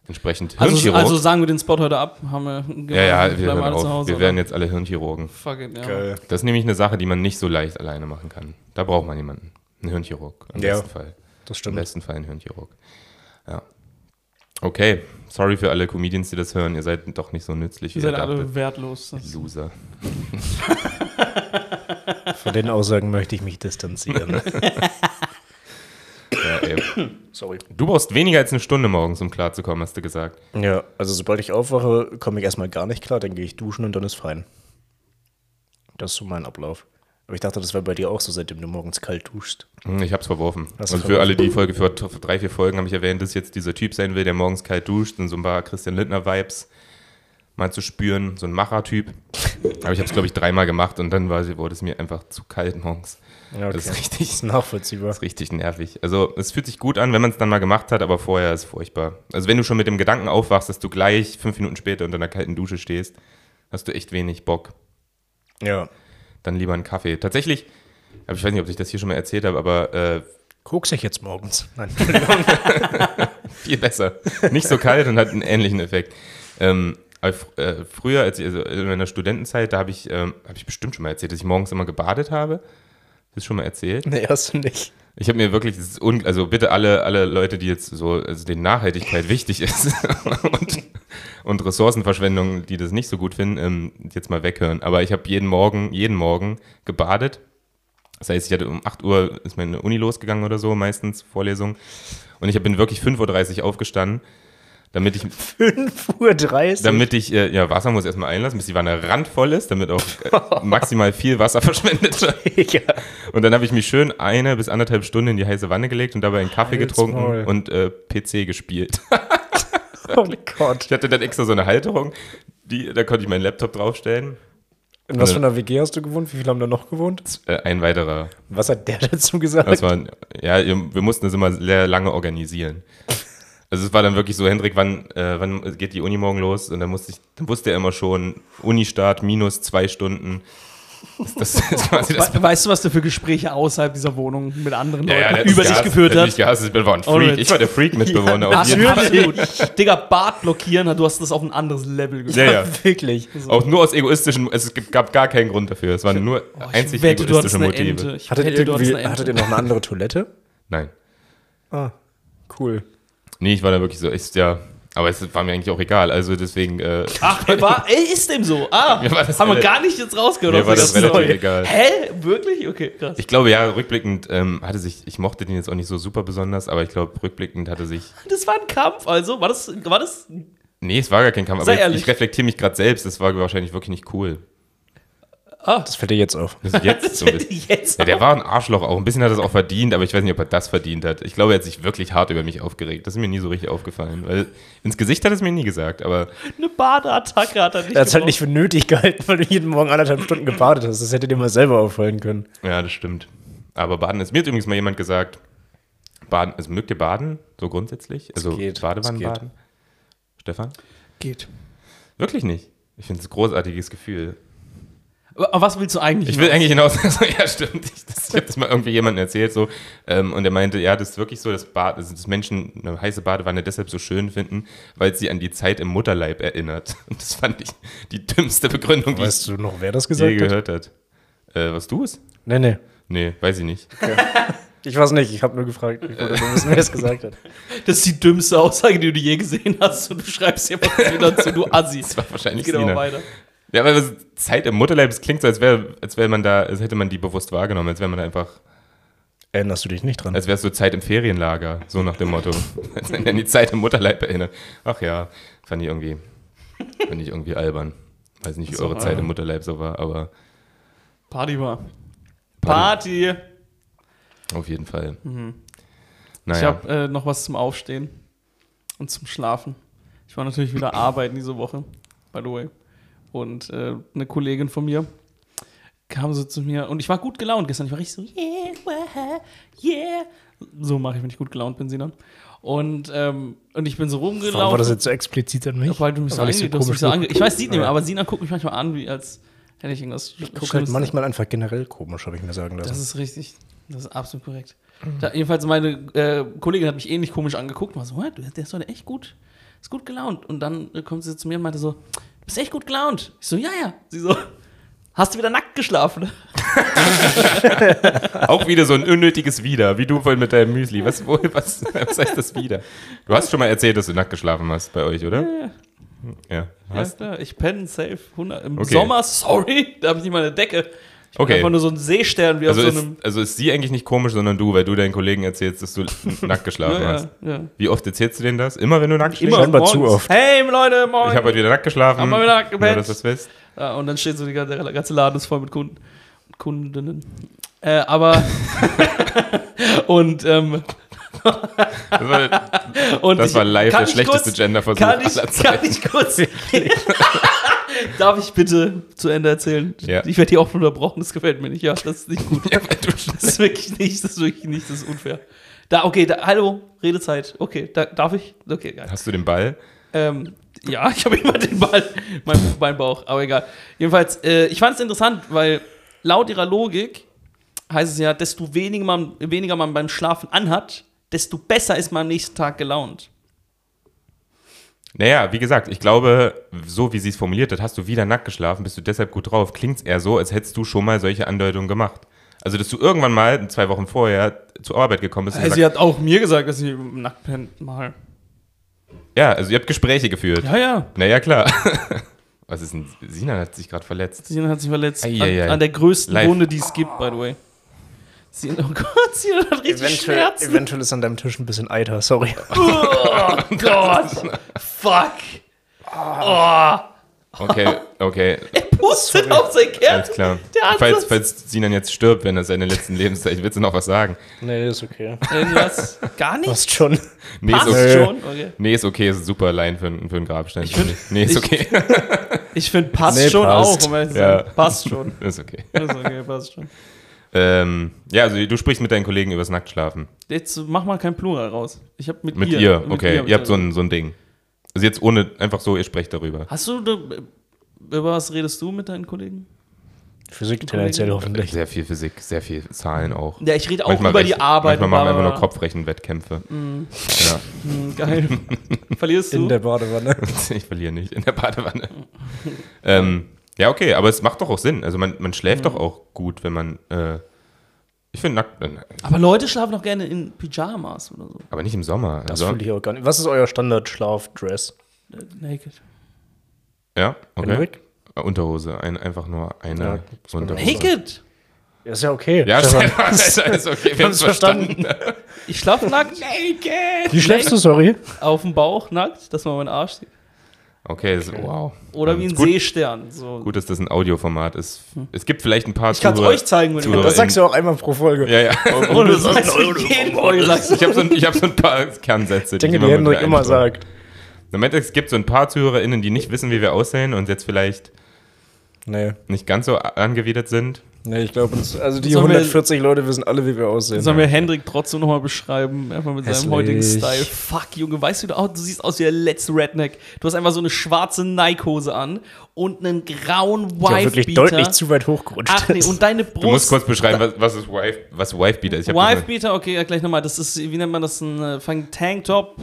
Entsprechend Also, Hirnchirurg. also sagen wir den Spot heute ab, haben wir Ja, ja, wir, Genau, bleiben hören alle auf. zu Hause. wir oder? werden jetzt alle Hirnchirurgen. Fuck it, ja. Das ist nämlich eine Sache, die man nicht so leicht alleine machen kann. Da braucht man jemanden. Einen Hirnchirurg. Im Ja, besten Fall. das Im stimmt. besten Fall einen Hirnchirurg. Ja. Okay. Sorry für alle Comedians, die das hören. Ihr seid doch nicht so nützlich, wie Ihr ihr seid dachtet. alle wertlos. Das- Loser. Von den Aussagen möchte ich mich distanzieren. Ja, ey. Sorry. Du brauchst weniger als eine Stunde morgens, um klarzukommen, hast du gesagt. Ja, also sobald ich aufwache, komme ich erstmal gar nicht klar, dann gehe ich duschen und dann ist fein. Das ist so mein Ablauf. Aber ich dachte, das wäre bei dir auch so, seitdem du morgens kalt duschst. Hm, Ich hab's verworfen. Hast also du für verworfen. alle, die Folge für t- drei, vier Folgen habe ich erwähnt, dass jetzt dieser Typ sein will, der morgens kalt duscht und so ein paar Christian Lindner-Vibes mal zu spüren. So ein Macher-Typ. Aber ich habe es, glaube ich, dreimal gemacht und dann war, sie- wurde es mir einfach zu kalt morgens. Ja, Das ist richtig, Das ist nachvollziehbar. das ist richtig nervig. Also es fühlt sich gut an, wenn man es dann mal gemacht hat, aber vorher ist furchtbar. Also wenn du schon mit dem Gedanken aufwachst, dass du gleich fünf Minuten später unter einer kalten Dusche stehst, hast du echt wenig Bock Ja. dann lieber einen Kaffee. Tatsächlich, aber ich weiß nicht, ob ich das hier schon mal erzählt habe, aber äh, Kokse ich jetzt morgens? Nein. viel besser. Nicht so kalt und hat einen ähnlichen Effekt. Ähm, aber fr- äh, früher, als ich, also in meiner Studentenzeit, da habe ich, ähm, habe ich bestimmt schon mal erzählt, dass ich morgens immer gebadet habe. Das ist schon mal erzählt. nee, hast du nicht. Ich habe mir wirklich, das ist un, also bitte alle, alle Leute, die jetzt so, also denen Nachhaltigkeit wichtig ist und, und Ressourcenverschwendung, die das nicht so gut finden, ähm, jetzt mal weghören. Aber ich habe jeden Morgen, jeden Morgen gebadet. Das heißt, ich hatte um 8 Uhr, ist meine Uni losgegangen oder so, meistens Vorlesung. Und ich bin wirklich 5.30 Uhr aufgestanden, damit ich, 5.30 Uhr? damit ich, äh, ja, Wasser muss erstmal einlassen, bis die Wanne randvoll ist, damit auch äh, maximal viel Wasser verschwendet wird. ja. Und dann habe ich mich schön eine bis anderthalb Stunden in die heiße Wanne gelegt und dabei einen Kaffee Halt's getrunken Maul. und äh, PC gespielt. Oh Gott. Ich hatte dann extra so eine Halterung, die, da konnte ich meinen Laptop draufstellen. In was für einer WG hast du gewohnt? Wie viele haben da noch gewohnt? Äh, ein weiterer. Was hat der dazu gesagt? Das war, ja, wir mussten das immer sehr lange organisieren. Also es war dann wirklich so, Hendrik, wann, äh, wann geht die Uni morgen los? Und dann, musste ich, dann wusste er immer schon, Unistart minus zwei Stunden. Das ist quasi das. We weißt du, was du für Gespräche außerhalb dieser Wohnung mit anderen Ja, ja, Leuten letztens über dich gehasst, geführt letztens hast? gehasst, ich bin- war ein Freak. Alright. Ich war der Freak-Mitbewohner. auf jeden Fall. Absolut. Digga, Bart blockieren, du hast das auf ein anderes Level gebracht. ja, ja. Wirklich. Auch nur aus egoistischen, es gab gar keinen Grund dafür. Es waren nur Boah, ich einzig wette, du hattest egoistische eine Motive. Ente. Ich Hattet, wette, ihr du hattest irgendwie, eine hattet Ente. ihr noch eine andere Toilette? Nein. Ah, cool. Nee, ich war da wirklich so, ich, ja, aber es war mir eigentlich auch egal. Also deswegen, äh, Ach, ey, war, ey, ist dem so. Ah, Mir war das haben wir rela- gar nicht jetzt rausgehört. Mir ob war wir das relativ neu- egal. Hä? Wirklich? Okay, krass. ich glaube, ja, rückblickend ähm, hatte sich, ich mochte den jetzt auch nicht so super besonders, aber ich glaube, rückblickend hatte sich, das war ein Kampf, also. War das, war das nee, es war gar kein Kampf, Sei aber ich, ehrlich. ich reflektiere mich gerade selbst, das war wahrscheinlich wirklich nicht cool. Das fällt dir jetzt auf. Das ist jetzt das so ein hätte bisschen. ich jetzt Ja, der war ein Arschloch auch. Ein bisschen hat er es auch verdient, aber ich weiß nicht, ob er das verdient hat. Ich glaube, er hat sich wirklich hart über mich aufgeregt. Das ist mir nie so richtig aufgefallen. Weil ins Gesicht hat er es mir nie gesagt, aber eine Badeattacke hat er nicht Er hat es halt gebraucht. nicht für nötig gehalten, weil du jeden Morgen anderthalb Stunden gebadet hast. Das hätte dir mal selber auffallen können. Ja, das stimmt. Aber Baden ist mir hat übrigens mal jemand gesagt, Baden, also mögt ihr Baden so grundsätzlich? Also geht, Badewannen es geht. baden? Stefan? Geht. Wirklich nicht. Ich finde es ein großartiges Gefühl. Aber was willst du eigentlich? Ich will noch? eigentlich hinaus, also, ja stimmt, ich, das- ich habe das mal irgendwie jemandem erzählt so ähm, und er meinte, ja, das ist wirklich so, dass, Bad, also, dass Menschen eine heiße Badewanne deshalb so schön finden, weil sie an die Zeit im Mutterleib erinnert. Und das fand ich die dümmste Begründung, die Weißt du noch, wer das ich je gesagt hat? gehört hat. Äh, was du es? Nee, nee. Nee, weiß ich nicht. Ich weiß nicht, ich habe nur gefragt, ich wollte nur wissen, wer es gesagt hat. Das ist die dümmste Aussage, die du je gesehen hast. Und du schreibst hier was wieder zu, du Assi. Das war wahrscheinlich Genau, Geht aber Sina. weiter. Ja, aber das Zeit im Mutterleib, das klingt so, als wäre als wär man da, als hätte man die bewusst wahrgenommen, als wäre man da einfach, Erinnerst du dich nicht dran? als wäre es so Zeit im Ferienlager, so nach dem Motto. als wenn man die Zeit im Mutterleib erinnert. Ach ja, fand ich irgendwie, fand ich irgendwie albern. Weiß nicht, wie eure äh, Zeit im Mutterleib so war, aber Party war. Party. auf jeden Fall. Mhm. Ich Naja, habe äh, noch was zum Aufstehen und zum Schlafen. Ich war natürlich wieder arbeiten diese Woche, by the way. Und äh, eine Kollegin von mir kam so zu mir und ich war gut gelaunt gestern. Ich war richtig so, yeah, wah, yeah. So mache ich, wenn ich gut gelaunt bin, Sinan. Und, ähm, und ich bin so Warum war das rumgelaufen. jetzt so explizit an mich? Ja, weil du mich so Weil ich so ange- du hast mich komisch so ange- Ich weiß nicht mehr, Ja. aber Sina guckt mich manchmal an, wie als hätte ich irgendwas. Ich Guck halt manchmal einfach generell komisch, habe ich mir sagen Das lassen. ist richtig. Das ist absolut korrekt. Mhm. Da, jedenfalls meine äh, Kollegin hat mich ähnlich komisch angeguckt und war so, "What? der ist heute echt gut, ist gut gelaunt. Und dann äh, kommt sie zu mir und meinte so, du bist echt gut gelaunt. Ich so, ja, ja. Sie so, hast du wieder nackt geschlafen? auch wieder so ein unnötiges Wieder, wie du vorhin mit deinem Müsli. Was, wo, was, was heißt das Wieder? Du hast schon mal erzählt, dass du nackt geschlafen hast bei euch, oder? ja. Ja. Ja, Hast? klar, ich penne safe 100. Im Okay. Sommer, sorry, da habe ich nicht mal eine Decke. Ich bin Okay. einfach nur so ein Seestern wie Also, auf so einem. ist, also ist sie eigentlich nicht komisch, sondern du, weil du deinen Kollegen erzählst, dass du nackt geschlafen hast. Ja, ja, ja. Wie oft erzählst du denen das? Immer, wenn du nackt schläfst? Scheinbar zu morgens, oft. Hey Leute, morgen. Ich habe heute wieder nackt geschlafen. Hab mal wieder nackt gepennt. Nur, dass du das wisst. Ja, und dann steht so die ganze, der ganze Laden ist voll mit Kunden. Kundinnen. Äh, aber. und ähm, Das war, und das ich- war live kann der ich schlechteste kurz- Genderversuch kann ich, aller Zeiten. kann ich kurz. Darf ich bitte zu Ende erzählen? Ja. Ich werde hier auch unterbrochen, das gefällt mir nicht. Ja, das ist nicht gut. Ja, weil du Das ist wirklich nicht, das ist wirklich nicht, das ist unfair. Da, okay, da, hallo, Redezeit. Okay, da, darf ich? Okay, geil. Hast du den Ball? Ähm, ja, ich habe immer den Ball, mein, mein Bauch, aber egal. Jedenfalls, äh, ich fand es interessant, weil laut ihrer Logik heißt es ja, desto weniger man, weniger man beim Schlafen anhat, desto besser ist man am nächsten Tag gelaunt. Naja, wie gesagt, ich glaube, so wie sie es formuliert hat, hast du wieder nackt geschlafen, bist du deshalb gut drauf. Klingt es eher so, als hättest du schon mal solche Andeutungen gemacht. Also, dass du irgendwann mal zwei Wochen vorher zur Arbeit gekommen bist. und gesagt- hat auch mir gesagt, dass ich nackt pennt mal. ja, also ihr habt Gespräche geführt. Ja, ja. Naja, klar. Was ist denn? Sinan hat sich gerade verletzt. Sinan hat sich verletzt. An, Eieiei. an der größten Live. Wunde, die es gibt, by the way. Sinan, oh Gott, Sinan hat richtig Eventuell, Schmerzen. eventuell ist an deinem Tisch ein bisschen Eiter, sorry. Oh Gott. Fuck. Oh. Okay, okay. Er pustet auf sein Alles Kerzen. klar. Der Ansatz- Falls, falls Sinan jetzt stirbt, wenn er seine letzten Lebenszeichen, willst du noch was sagen? Nee, ist okay. Irgendwas? Gar nicht? Passt schon. Nee, Passt ist okay. schon? Okay. Nee, ist okay, ist super allein für, einen- für einen Grabstein. Ich find- nee, ist ich- okay. Ich finde, passt Nee, schon passt. auch. Um ehrlich zu Ja. sagen. Passt schon. ist okay. Ist okay, passt schon. Ähm, ja, also du sprichst mit deinen Kollegen übers Nacktschlafen. Jetzt mach mal kein Plural raus. Ich hab mit, Mit ihr, ihr. mit okay. mit ihr habt so ein, so ein Ding. Also jetzt ohne, einfach so, ihr sprecht darüber. Hast du. Über was redest du mit deinen Kollegen? Physik tendenziell hoffentlich. Sehr viel Physik, sehr viel Zahlen auch. Ja, ich rede auch über die rechnen- Arbeit. Manchmal machen bla, wir einfach nur bla, Kopfrechenwettkämpfe. bla. Hm, Geil. Verlierst du? In der Badewanne. Ja. Ich verliere nicht in der Badewanne. ähm, ja, okay, aber es macht doch auch Sinn. Also man, man schläft Mhm. doch auch gut, wenn man. Äh, ich finde nackt. äh, Aber Leute schlafen doch gerne in Pyjamas oder so. Aber nicht im Sommer. Das also, fühle ich auch gar nicht. Was ist euer Standard-Schlafdress? Äh, Naked. Ja, okay. Henrik? Äh, Unterhose, ein, einfach nur eine Ja, das kann man Unterhose. Naked! Ja, Ist ja okay. Ja, Stefan. Stefan, Alter, ist okay, wir haben es Hab's verstanden. Ich schlafe nackt. Naked! Wie schläfst du, sorry? Auf dem Bauch nackt, dass man meinen Arsch sieht. Okay, das, wow. Oder Ähm, wie ein gut, Seestern. So. Gut, dass das ein Audioformat ist. Hm. Es gibt vielleicht ein paar Ich kann es Zuhörer- euch zeigen, wenn Zuhörer- ihr Das sagst du auch einmal pro Folge. Ja, ja. Ohne das heißt, jeden Folge sagst du. Ich habe so, ein- ich hab so ein paar Kernsätze. Ich denke, ich die Hendrik wieder immer einstreue. sagt. Im Moment, es gibt so ein paar ZuhörerInnen, die nicht wissen, wie wir aussehen und jetzt vielleicht Nee, nicht ganz so a- angewidert sind. nee, ich glaube uns. Also die Sollen wir- 140 Leute wissen alle, wie wir aussehen. Sollen wir Hendrik trotzdem nochmal beschreiben, einfach mit Hässlich. seinem heutigen Style. Fuck, Junge, weißt du, du, oh, du siehst aus wie der letzte Redneck. Du hast einfach so eine schwarze Nike-Hose an und einen grauen Die auch wife wirklich deutlich zu weit hochgerutscht. Ach nee, ist. und deine Du musst Brust. kurz beschreiben, was, was ist Wife, was Wifebeater ist. Ich hab das Wife-Beater, okay, ja, gleich nochmal. Das ist, wie nennt man das? Ein äh, Fang- Tanktop.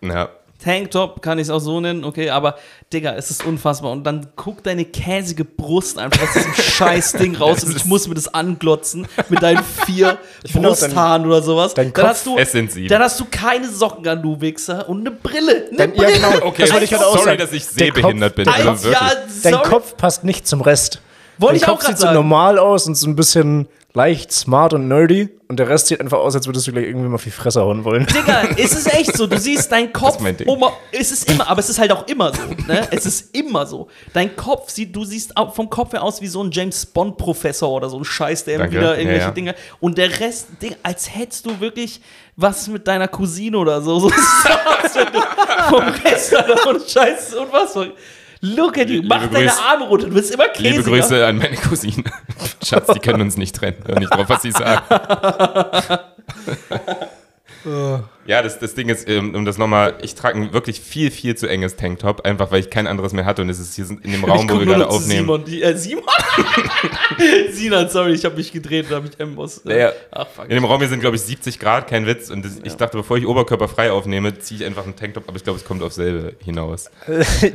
mal- ja. Tanktop kann ich es auch so nennen, okay, aber Digga, es ist unfassbar. Und dann guck deine käsige Brust einfach aus diesem scheiß Ding raus und ich muss mir das anglotzen mit deinen vier finde auch Brusthaaren oder sowas. dann dein Kopf hast du, es sind sieben. Dann hast du keine Socken an, du Wichser, und eine Brille. Eine Dein- ja, Brille. genau. Okay, Das wollte ich gerade auch sorry, sagen. dass ich Der sehbehindert Kopf- bin. Alter, Also wirklich. ja, Dein sorry. Kopf passt nicht zum Rest. Wollte Dein ich auch Kopf grad sieht so sagen. normal aus und so ein bisschen leicht smart und nerdy. Und der Rest sieht einfach aus, als würdest du gleich irgendwie mal auf die Fresse hauen wollen. Digga, es ist echt so. Du siehst deinen Kopf. ist mein Ding. Oma, es ist immer, aber es ist halt auch immer so. Ne? Es ist immer so. Dein Kopf sieht, du siehst au- vom Kopf her aus wie so ein James Bond Professor oder so ein Scheiß, der immer Danke. wieder irgendwelche Ja, ja. Dinge. Und der Rest, Ding, als hättest du wirklich was mit deiner Cousine oder so. So saß, wenn du vom Restaurant und Scheiß und was. Look at you. Liebe Mach deine Grüße. Arme runter. Du bist immer käsiger. Liebe Grüße an meine Cousine. Schatz, die können uns nicht trennen. Hör nicht drauf, was sie sagen. ja, das, das Ding ist, ähm, um das nochmal, ich trage ein wirklich viel, viel zu enges Tanktop, einfach weil ich kein anderes mehr hatte und es ist hier in dem Raum, ich wo guck wir nur gerade noch zu aufnehmen. Simon, die, äh, Simon? Sinan, sorry, ich habe mich gedreht und habe mich M-Boss. Äh, Ja. Ach, fuck. In dem Raum hier sind, glaube ich, 70 Grad, kein Witz. Und das, ich dachte, bevor ich Oberkörper frei aufnehme, ziehe ich einfach einen Tanktop, aber ich glaube, es kommt auf selbe hinaus.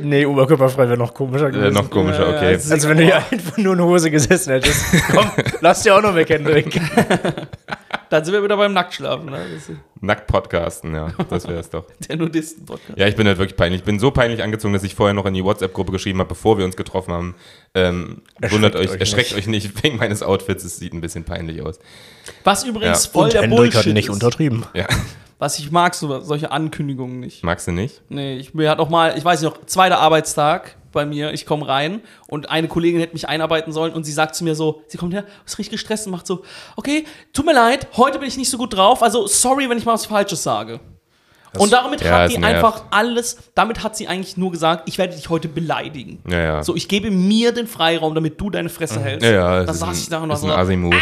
nee, oberkörperfrei wäre noch komischer Äh, gewesen. noch komischer, Ja, okay. ja, also wenn du hier einfach nur in Hose gesessen hättest. Komm, lass dir auch noch weg, Hendrik. Dann sind wir wieder beim Nacktschlafen, ne? Das ist Nackt podcasten, ja, das wäre es doch. der Nudisten-Podcast. Ja, ich bin halt wirklich peinlich. Ich bin so peinlich angezogen, dass ich vorher noch in die WhatsApp-Gruppe geschrieben habe, bevor wir uns getroffen haben. Ähm, wundert euch, euch nicht. erschreckt euch nicht wegen meines Outfits. Es sieht ein bisschen peinlich aus. Was übrigens Ja. voll und der Hendrik hat Bullshit nicht ist. untertrieben. Ja, Was ich mag, so, solche Ankündigungen nicht. magst du nicht? Nee, ich, mir hat auch mal, ich weiß nicht noch, zweiter Arbeitstag bei mir, ich komme rein und eine Kollegin hätte mich einarbeiten sollen und sie sagt zu mir so, sie kommt her, ist richtig gestresst und macht so, okay, tut mir leid, heute bin ich nicht so gut drauf, also sorry, wenn ich mal was Falsches sage. und damit ja, hat es sie nervt. einfach alles, damit hat sie eigentlich nur gesagt, ich werde dich heute beleidigen. Ja, ja. Mhm. So, ich gebe mir den Freiraum, damit du deine Fresse hältst. ja, ja, Dann es saß ich ist da und ein, war ist so, "Ah!" ein Asi-Move.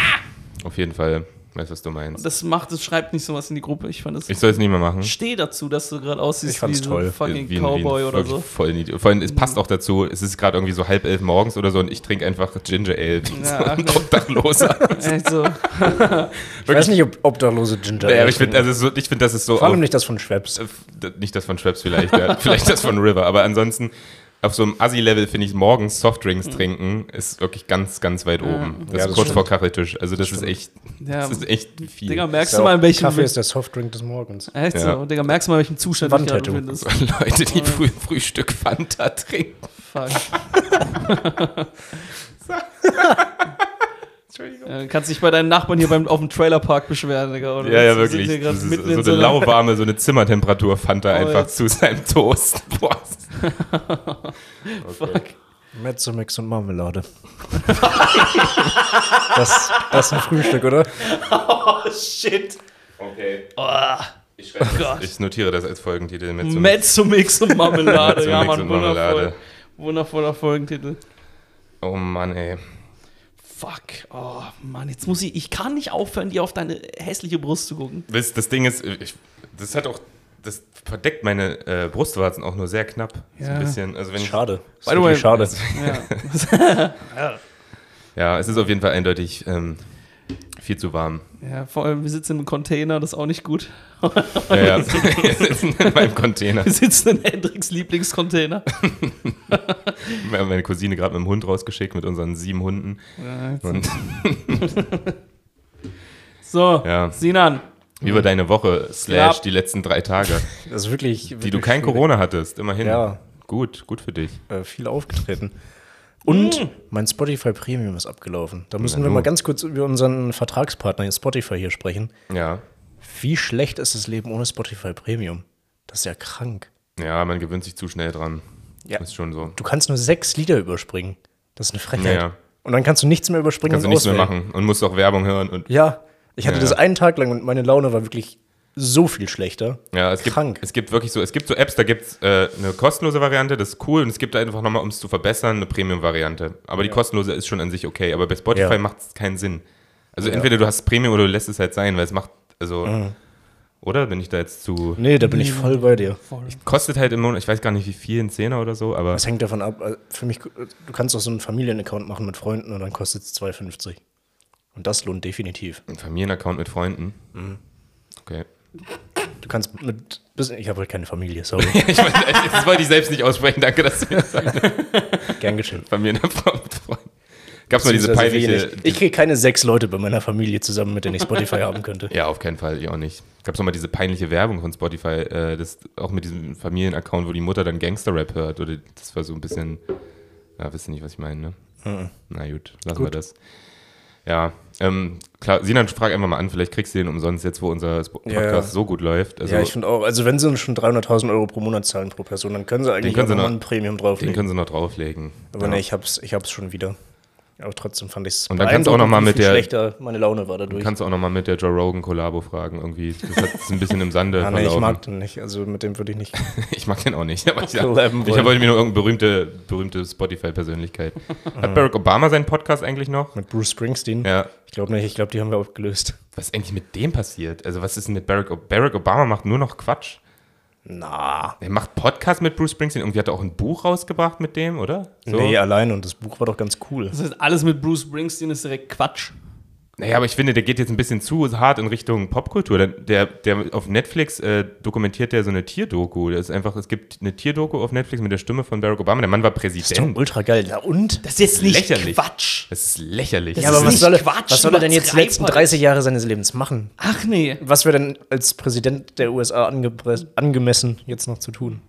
Auf jeden Fall. Weißt was du meinst? das macht, das schreibt nicht sowas in die Gruppe. Ich fand das. Ich soll es nicht mehr machen. stehe dazu, dass du gerade aussiehst Ich fand's ein toll. fucking Wie ein- wie ein Cowboy oder wirklich so. Vollnied- Vor allem, es passt auch dazu, es ist gerade irgendwie so halb elf morgens oder so und ich trinke einfach Ginger Ale. wie Ja, so ach, ein nee. Obdachloser. Echt so. Ich weiß nicht, ob obdachlose Ginger ja, Ale aber ich finde, trinken. also so, ich find, das ist so. Vor allem auf- nicht das von Schweppes. Äh, Nicht das von Schweppes vielleicht, ja. vielleicht das von River, aber ansonsten auf so einem Assi-Level finde ich morgens Mhm. Softdrinks trinken ist wirklich ganz, ganz weit oben. Das ist Ja, das kurz stimmt. vor Kaffeetisch. Also das ist echt, Ja. das ist echt viel. Digga, merkst du mal, in welchem. Kaffee ist der Softdrink des Morgens. Echt so. Ja. Digga, merkst du mal, in welchem Zustand du dich gerade Wandtattoo. befindest. Leute, die früh Frühstück Fanta trinken. Fuck. Entschuldigung. Äh, Kannst dich bei deinen Nachbarn hier beim, auf dem Trailerpark beschweren, Digga. Oder? Ja, ja, Sie wirklich. Sind hier Das grad ist mitten so in eine lauwarme, so eine Zimmertemperatur Fanta Oh, einfach ja. zu seinem Toast. Boah. Fuck. Mezzomix und Marmelade. das, das ist ein Frühstück, oder? Oh, shit. Okay. Oh, Ich, schreibe das- Gott. ich notiere das als Folgentitel mit so einem- Mezzomix und Marmelade. ja, Mezzomix Mann, und wundervoll. Marmelade. Wundervoller Folgentitel. Oh Mann, ey. Fuck. Oh, Mann, jetzt muss ich. Ich kann nicht aufhören, dir auf deine hässliche Brust zu gucken. Das, das Ding ist, ich, das hat auch, das verdeckt meine äh, Brustwarzen auch nur sehr knapp. So Ja. ein bisschen. Also wenn ich, Schade. Ist By the wirklich way- schade. Ja. Ja, es ist auf jeden Fall eindeutig ähm, viel zu warm. Ja, vor allem, wir sitzen im Container, das ist auch nicht gut. Ja, ja. Wir sitzen in meinem Container. Wir sitzen in Hendricks Lieblingscontainer. Wir haben meine Cousine gerade mit dem Hund rausgeschickt, mit unseren sieben Hunden. Und So, Ja. Sinan. wie Mhm. war deine Woche, slash die letzten drei Tage, Das ist wirklich. die wirklich du kein schwierig. Corona hattest, immerhin. Ja. Gut, gut für dich. äh, viel aufgetreten. Und mein Spotify Premium ist abgelaufen. Da müssen wir du. mal ganz kurz über unseren Vertragspartner Spotify hier sprechen. Ja. Wie schlecht ist das Leben ohne Spotify Premium? Das ist ja krank. Ja, man gewöhnt sich zu schnell dran. Ja. Ist schon so. Du kannst nur sechs Lieder überspringen. Das ist eine Frechheit. Naja. Und dann kannst du nichts mehr überspringen. Kannst du und nichts mehr auswählen. machen und musst auch Werbung hören und Ja, ich hatte Ja, das ja. einen Tag lang und meine Laune war wirklich so viel schlechter. Ja, es gibt, Krank. es gibt wirklich so, es gibt so Apps, da gibt es äh, eine kostenlose Variante, das ist cool, und es gibt einfach nochmal, um es zu verbessern, eine Premium-Variante. Aber die kostenlose ist schon an sich okay, aber bei Spotify Ja. macht es keinen Sinn. Also entweder du hast Premium oder du lässt es halt sein, weil es macht, also, oder bin ich da jetzt zu, Mhm. Nee, da bin ich voll bei dir. kostet halt im Monat, ich weiß gar nicht wie viel, ein Zehner oder so, aber Das hängt davon ab. Also Für mich, du kannst auch so einen Familienaccount machen mit Freunden und dann kostet es 2,50. Und das lohnt definitiv. ein Familienaccount mit Freunden. Mhm. Okay. Du kannst mit. bis- Ich habe halt keine Familie, sorry. Ich wollte, das wollte ich selbst nicht aussprechen, danke, dass du mir das sagst. Gern geschehen. Familienaccount mit Freunden. Gab's mal diese Beziehungsweise peinliche, wenig. Ich kriege keine sechs Leute bei meiner Familie zusammen, mit denen ich Spotify haben könnte. Ja, auf keinen Fall, ich auch nicht. Gab es mal diese peinliche Werbung von Spotify, äh, das, auch mit diesem Familienaccount, wo die Mutter dann Gangster-Rap hört. Oder das war so ein bisschen, ja, wisst ihr nicht, was ich meine, ne? Mhm. Na gut, lassen wir das. Ja, ähm, klar, Sinan, frag einfach mal an, vielleicht kriegst du den umsonst jetzt, wo unser Sp- Podcast Ja, ja. so gut läuft. Also, ja, ich finde auch. Also, wenn sie uns schon 300.000 Euro pro Monat zahlen pro Person, dann können sie eigentlich können sie auch noch noch- ein Premium den drauflegen. können sie noch drauflegen. Aber ja. nee, ich hab's, ich hab's schon wieder. Aber trotzdem fand ich's. Und dann kannst du auch noch mal mit beeindruckend, wie viel der- schlechter meine Laune war dadurch. Kannst du auch nochmal mit der Joe Rogan-Kollabo fragen, irgendwie. Das hat es ein bisschen im Sande Ah, nee, ich verlaufen. mag den nicht. Also, mit dem würde ich nicht. Ich mag den auch nicht. Aber ich, ich Collaben wollen. wollte mir nur irgendeine berühmte, berühmte Spotify-Persönlichkeit. Hat Barack Obama seinen Podcast eigentlich noch? Mit Bruce Springsteen? Ja. Ich glaube nicht. Ich glaube, die haben wir aufgelöst. Was ist eigentlich mit dem passiert? Also, was ist denn mit Barack Obama? Barack Obama macht nur noch Quatsch. Na. Er macht Podcast mit Bruce Springsteen. Irgendwie hat er auch ein Buch rausgebracht mit dem, oder? So. Nee, allein. Und das Buch war doch ganz cool. Das heißt, alles mit Bruce Springsteen ist direkt Quatsch. Naja, aber ich finde, der geht jetzt ein bisschen zu hart in Richtung Popkultur. Der, der, der auf Netflix äh, dokumentiert der so eine Tierdoku. Das ist einfach, es gibt eine Tierdoku auf Netflix mit der Stimme von Barack Obama. Der Mann war Ist doch Präsident. ultra geil. Ja, und? Das ist jetzt nicht Lächerlich. Quatsch. Das ist lächerlich. Ja, Ja, Das ist aber was nicht soll, er, Quatsch, was soll er denn jetzt die übertreib letzten mal. 30 Jahre seines Lebens machen? Ach nee. Was wäre denn als Präsident der USA angepre- angemessen jetzt noch zu tun?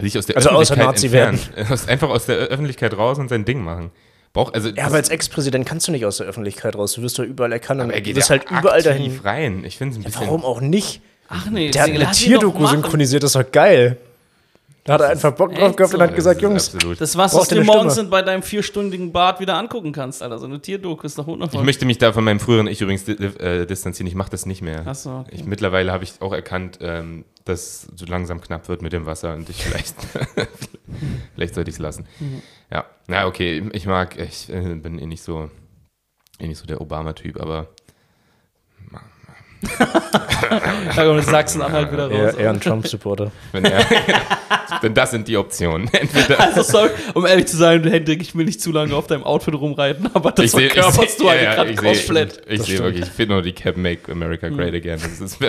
Sich aus der Also außer Öffentlichkeit Nazi entfernen. Aus- Einfach aus der Öffentlichkeit raus und sein Ding machen. Braucht, also Ja, das- aber als Ex-Präsident kannst du nicht aus der Öffentlichkeit raus. Du wirst doch überall erkannt und aber er du geht wirst ja halt überall dahin. aktiv rein. Ich finde es ein bisschen. Warum auch nicht? Ach nee. Der hat deswegen eine lass ihn doch Tierdoku machen. synchronisiert, das ist doch geil. Da hat er einfach Bock drauf echt gehabt so. und Das hat gesagt, ist Jungs, Absolut. Das war's, Braucht was du eine dir morgens Stimme. bei deinem vierstündigen Bart wieder angucken kannst, Alter. So eine Tierdoku ist noch wundervoll. ich möchte mich da von meinem früheren Ich übrigens di- äh, distanzieren. Ich mache das nicht mehr. Ach so, okay. ich, mittlerweile habe ich auch erkannt, ähm, dass so langsam knapp wird mit dem Wasser und ich vielleicht, vielleicht sollte ich es lassen. Mhm. Ja, na okay, ich mag, ich äh, bin eh nicht so, eh nicht so der Obama-Typ, aber Da kommt jetzt Sachsen-Anhalt wieder raus. er, er ein Trump-Supporter. wenn er, denn das sind die Optionen. Entweder Also sorry, um ehrlich zu sein, Hendrik, ich will nicht zu lange auf deinem Outfit rumreiten, aber das seh- verkörperst seh- du halt ja, ja, gerade ich seh- komplett. Ich sehe wirklich, ich finde nur die Cap Make America Great Mhm. Again. Das ist,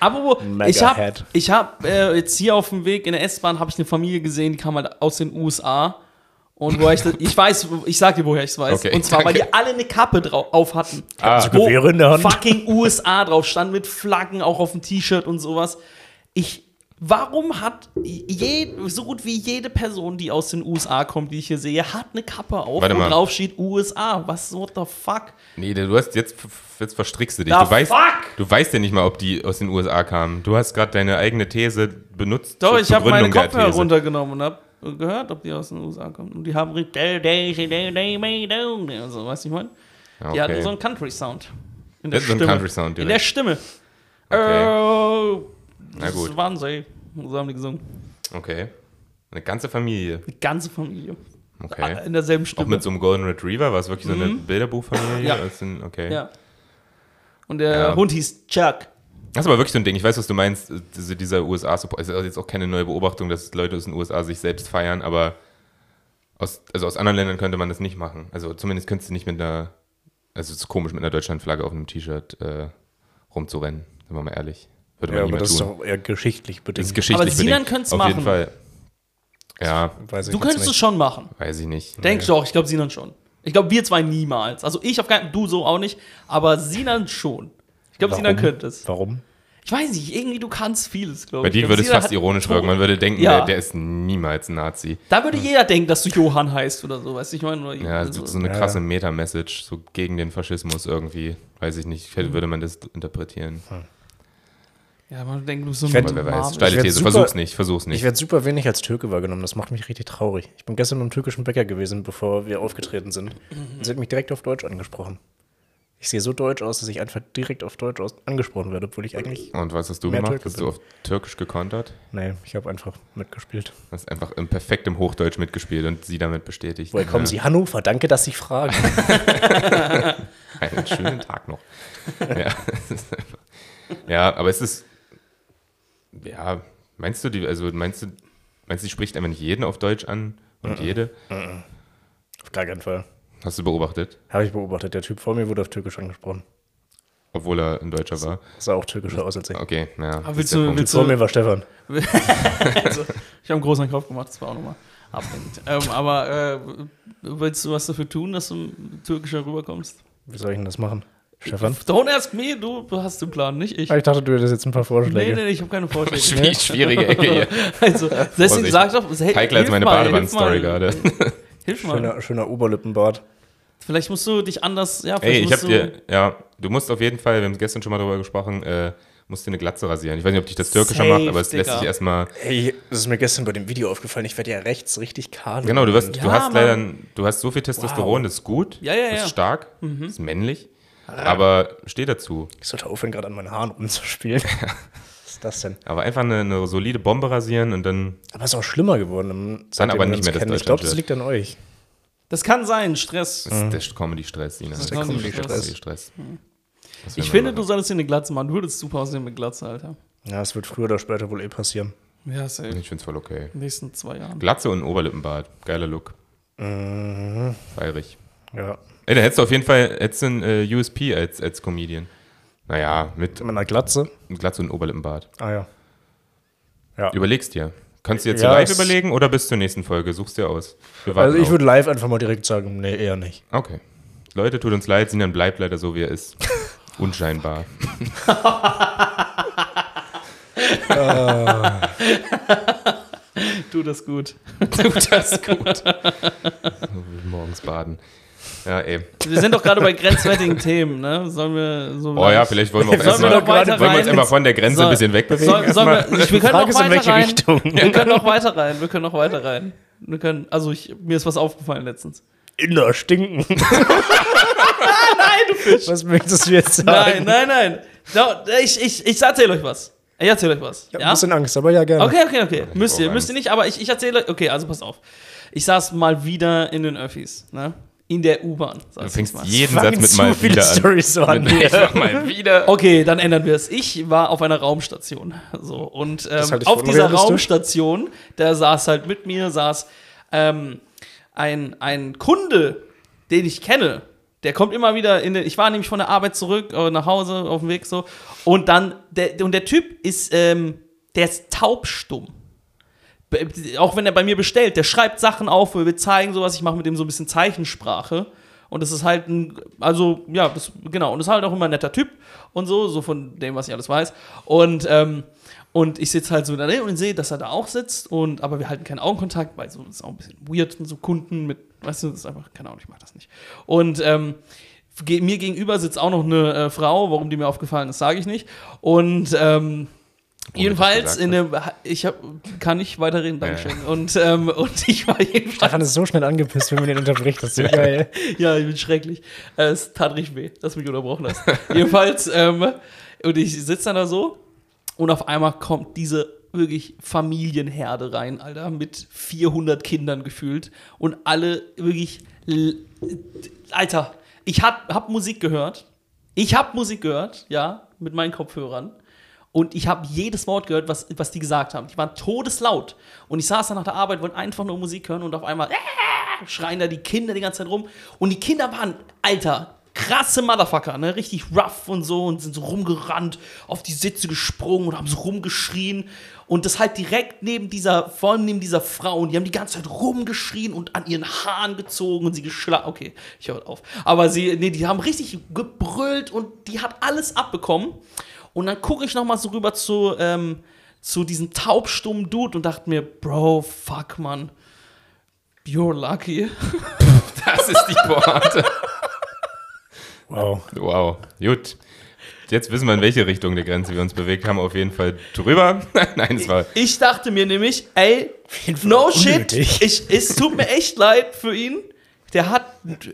Aber Mega ich habe Head. ich hab, äh, jetzt hier auf dem Weg in der S-Bahn habe ich eine Familie gesehen, die kam halt aus den USA. Und wo ich, das, ich weiß, ich sag dir, woher ich es weiß. Okay, und zwar, weil danke. die alle eine Kappe drauf auf hatten. Ah. Wo Gewehre in der Hand. fucking USA drauf stand mit Flaggen auch auf dem T-Shirt und sowas. Ich, warum hat je, so gut wie jede Person, die aus den USA kommt, die ich hier sehe, hat eine Kappe auf, Warte wo mal. drauf steht USA? Was what the fuck? nee, du hast jetzt, jetzt verstrickst du dich. Na, Du weißt, fuck! du weißt ja nicht mal, ob die aus den USA kamen. Du hast gerade deine eigene These benutzt. Doch, zur ich habe meine Begründung der Kopfhörer These. runtergenommen und habe gehört, ob die aus den USA kommen. Und die haben richtig- also, weißt du, ich meine? Ja, Die hatten okay. so einen Country-Sound. In Das ist so ein Country-Sound In direkt. der Stimme. Äh, Na das gut. waren sie. So haben die gesungen. okay. Eine ganze Familie. Die ganze Familie. Äh, Okay. In derselben Auch Stimme. mit so einem Golden Retriever war es wirklich so eine Bilderbuchfamilie? Mhm. Ja. Aus den- Okay. ja. Und der Ja. Hund hieß Chuck. Das ist aber wirklich so ein Ding. Ich weiß, was du meinst. äh, Diese, also, dieser USA-Support. Es ist jetzt auch keine neue Beobachtung, dass Leute aus den USA sich selbst feiern, aber Aus, also aus anderen Ländern könnte man das nicht machen. Also zumindest könntest du nicht mit einer, also es ist komisch, mit einer Deutschlandflagge auf einem T-Shirt äh, rumzurennen, sind wir mal ehrlich. Würde man Ja, aber niemand das ist tun. doch eher geschichtlich das bedingt. ist geschichtlich Aber Sinan bedingt. könnte es Auf jeden machen. Fall. Ja, Weiß ich Du jetzt könntest es nicht. schon machen. weiß ich nicht. Denk doch, ich glaube Sinan schon. Ich glaube, wir zwei niemals. Also ich auf keinen du so auch nicht, aber Sinan schon. Ich glaube, Sinan Warum? könnte es. Warum? Ich weiß nicht, irgendwie du kannst vieles, glaube Bei ich. Ich dir glaub, würde es Sinan fast hat- ironisch wirken. Man würde denken, Ja. der, der ist niemals ein Nazi. Da würde jeder denken, dass du Johann heißt oder so, weißt du, ich also, meine, oder Hm. Ja, so. so, so eine Also, Ja, krasse ja. Meta-Message, so gegen den Faschismus irgendwie. Weiß ich nicht, Mhm. hätte- würde man das interpretieren. ja, man denkt, du bist so werd- Aber wer weiß, Marvel. steile werd These, super- versuch's nicht, versuch's nicht. Ich werde super wenig als Türke wahrgenommen. Das macht mich richtig traurig. Ich bin gestern im türkischen Bäcker gewesen, bevor wir aufgetreten sind. Und sie hat mich direkt auf Deutsch angesprochen. Ich sehe so deutsch aus, dass ich einfach direkt auf Deutsch aus angesprochen werde, obwohl ich eigentlich. Und was hast du Mehr gemacht? Türke Hast du bin. auf Türkisch gekontert? Nee, ich habe einfach mitgespielt. Hast einfach im perfektem Hochdeutsch mitgespielt und sie damit bestätigt. Woher kommen Ja. Sie? Hannover, danke, dass Sie fragen. Einen schönen Tag noch. ja, es ist einfach- ja, aber es ist. Ja, meinst du, die, also meinst du, meinst du, die spricht einfach nicht jeden auf Deutsch an und Mhm. jede? auf gar keinen Fall. Hast du beobachtet? Habe ich beobachtet. Der Typ vor mir wurde auf Türkisch angesprochen. Obwohl er ein Deutscher war. Sah auch türkischer aus als ich. Der Okay, naja. das ist willst der du- Punkt. Typ willst vor mir war Stefan. also, ich habe einen großen Kauf gemacht, das war auch nochmal ablenkend. ähm, aber äh, willst du was dafür tun, dass du türkischer rüberkommst? Wie soll ich denn das machen? Stefan? Don't ask me, du hast den Plan, nicht ich. Ah, ich dachte, du hättest jetzt ein paar Nee, Vorschläge. nee, nee, ich habe keine Vorschläge. Schwie- Schwierige Ecke hier. Also, deswegen Vorsicht. sag doch, hey, Heikler als hilf meine mal, Badewanne-Story hilf mal, gerade. Hilf mal. Schöner, schöner Oberlippenbart. Vielleicht musst du dich anders, ja, vielleicht Ey, ich hab musst du, dir, ja, du musst auf jeden Fall, wir haben gestern schon mal drüber gesprochen, äh, musst dir eine Glatze rasieren. Ich weiß nicht, ob dich das türkischer Safe, macht, aber es lässt Digga. sich erstmal. Ey, das ist mir gestern bei dem Video aufgefallen. Ich werde ja rechts richtig kahl. Genau, du, wirst, Ja, du hast Mann. leider, ein- du hast so viel Testosteron, Wow. das ist gut, Ja, ja, das ja. Mhm. ist stark, das ist männlich, aber steh dazu. Ich sollte aufhören, gerade an meinen Haaren rumzuspielen. Was ist das denn? Aber einfach eine, eine solide Bombe rasieren und dann, Aber es ist auch schlimmer geworden. im- seitdem aber wir nicht uns mehr das kennen. Ich glaube, das Deutschland-Shirt. liegt an euch. Das kann sein, Stress. das ist der Comedy-Stress, Ina. Das Mhm. ist der Comedy-Stress. Mhm. Comedy-Stress. Das werden Ich wir finde, machen. du solltest dir eine Glatze machen. Du würdest super aussehen mit Glatze, Alter. Ja, es wird früher oder später wohl eh passieren. Ja, safe. In Ich find's voll okay. den nächsten zwei Jahren. Glatze und Oberlippenbart, geiler Look. Mhm. Feierig. Ja. Ey, da hättest du auf jeden Fall hättest du ein äh, USP als, als Comedian. Naja, mit Mit einer Glatze. Glatze und Oberlippenbart. Ah ja. Ja. Überlegst dir. Kannst du jetzt Ja, live es- überlegen oder bis zur nächsten Folge? Suchst dir aus. Wir warten Also ich auf. würde live einfach mal direkt sagen, nee, eher nicht. Okay. Leute, tut uns leid, Sinan bleibt leider so, wie er ist. Unscheinbar. Tu das gut. das ist gut. Morgens baden. Ja, ey. Wir sind doch gerade bei grenzwertigen Themen, ne? Sollen wir so. Oh ja, vielleicht wollen wir auch Sollen wir erstmal doch weiter wollen wir uns rein? immer von der Grenze Soll- ein bisschen wegbewegen. Soll, sollen erstmal. wir, ich, wir können Frage noch ist, in welche weiter rein. Richtung? Wir können noch weiter rein. Wir können noch weiter rein. Wir können, also ich, mir ist was aufgefallen letztens. Inder stinken. Nein, du Fisch. Was möchtest du jetzt Nein, sagen? nein, nein. No, ich ich, ich erzähle euch was. Ich erzähle euch was. Ich habe ja? ein bisschen Angst, aber ja, gerne. Okay, okay, okay. Müsst brauche ihr, müsst Angst. ihr nicht, aber ich, ich erzähle euch. Okay, also pass auf. Ich saß mal wieder in den Öffis, ne? In der U-Bahn. Du sag's fängst mal. jeden Fangen Satz mit zu mal viele wieder an. Storys so an. Ich mach mal wieder. Hm? Okay, dann ändern wir es. Ich war auf einer Raumstation. So, und ähm, halte ich auf für dieser unrealistisch. Raumstation, da saß halt mit mir, saß ähm, ein, ein Kunde, den ich kenne. Der kommt immer wieder in den, Ich war nämlich von der Arbeit zurück äh, nach Hause auf dem Weg so. Und dann, der, und der Typ ist, ähm, der ist taubstumm. Be- Auch wenn er bei mir bestellt, der schreibt Sachen auf, wir zeigen sowas, ich mache mit dem so ein bisschen Zeichensprache. Und das ist halt ein, also ja, das, genau, und das ist halt auch immer ein netter Typ und so, so von dem, was ich alles weiß. Und, ähm, und ich sitze halt so daneben und sehe, dass er da auch sitzt, und, aber wir halten keinen Augenkontakt, weil so das ist auch ein bisschen weird, so Kunden mit, weißt du, das ist einfach, keine Ahnung, ich mache das nicht. Und ähm, ge- mir gegenüber sitzt auch noch eine äh, Frau, warum die mir aufgefallen ist, sage ich nicht. Und ähm, jedenfalls gesagt in einem, ich hab, kann ich weiterreden, Ja, ja. Dankeschön. Und, ähm, und ich war jedenfalls Stefan ist so schnell angepisst, wenn man ihn unterbricht. Das ist so geil. ja, ich bin schrecklich. Äh, Es tat richtig weh, dass du mich unterbrochen hast. Jedenfalls, ähm, und ich sitze dann da so und auf einmal kommt diese wirklich Familienherde rein, Alter, mit 400 Kindern gefühlt und alle wirklich, l- Alter, ich hab, hab Musik gehört, ich hab Musik gehört, ja, mit meinen Kopfhörern und ich habe jedes Wort gehört, was, was die gesagt haben. Die waren todeslaut und ich saß dann nach der Arbeit, wollte einfach nur Musik hören und auf einmal schreien da die Kinder die ganze Zeit rum. Und die Kinder waren, Alter, krasse Motherfucker, ne? Richtig rough und so und sind so rumgerannt, auf die Sitze gesprungen und haben so rumgeschrien. Und das halt direkt neben dieser, vor allem neben dieser Frau. Und die haben die ganze Zeit rumgeschrien und an ihren Haaren gezogen und sie geschlagen. Okay, ich höre auf. Aber sie, nee, die haben richtig gebrüllt und die hat alles abbekommen. Und dann gucke ich noch mal so rüber zu, ähm, zu diesem taubstummen Dude und dachte mir, Bro, fuck, man. You're lucky. Das ist die Pointe. Wow. Wow, gut. Jetzt wissen wir, in welche Richtung der Grenze wir uns bewegt haben. Auf jeden Fall drüber. Nein, es war. Ich dachte mir nämlich, ey, jeden no Fall shit, unnötig. ich, es tut mir echt leid für ihn. Der hat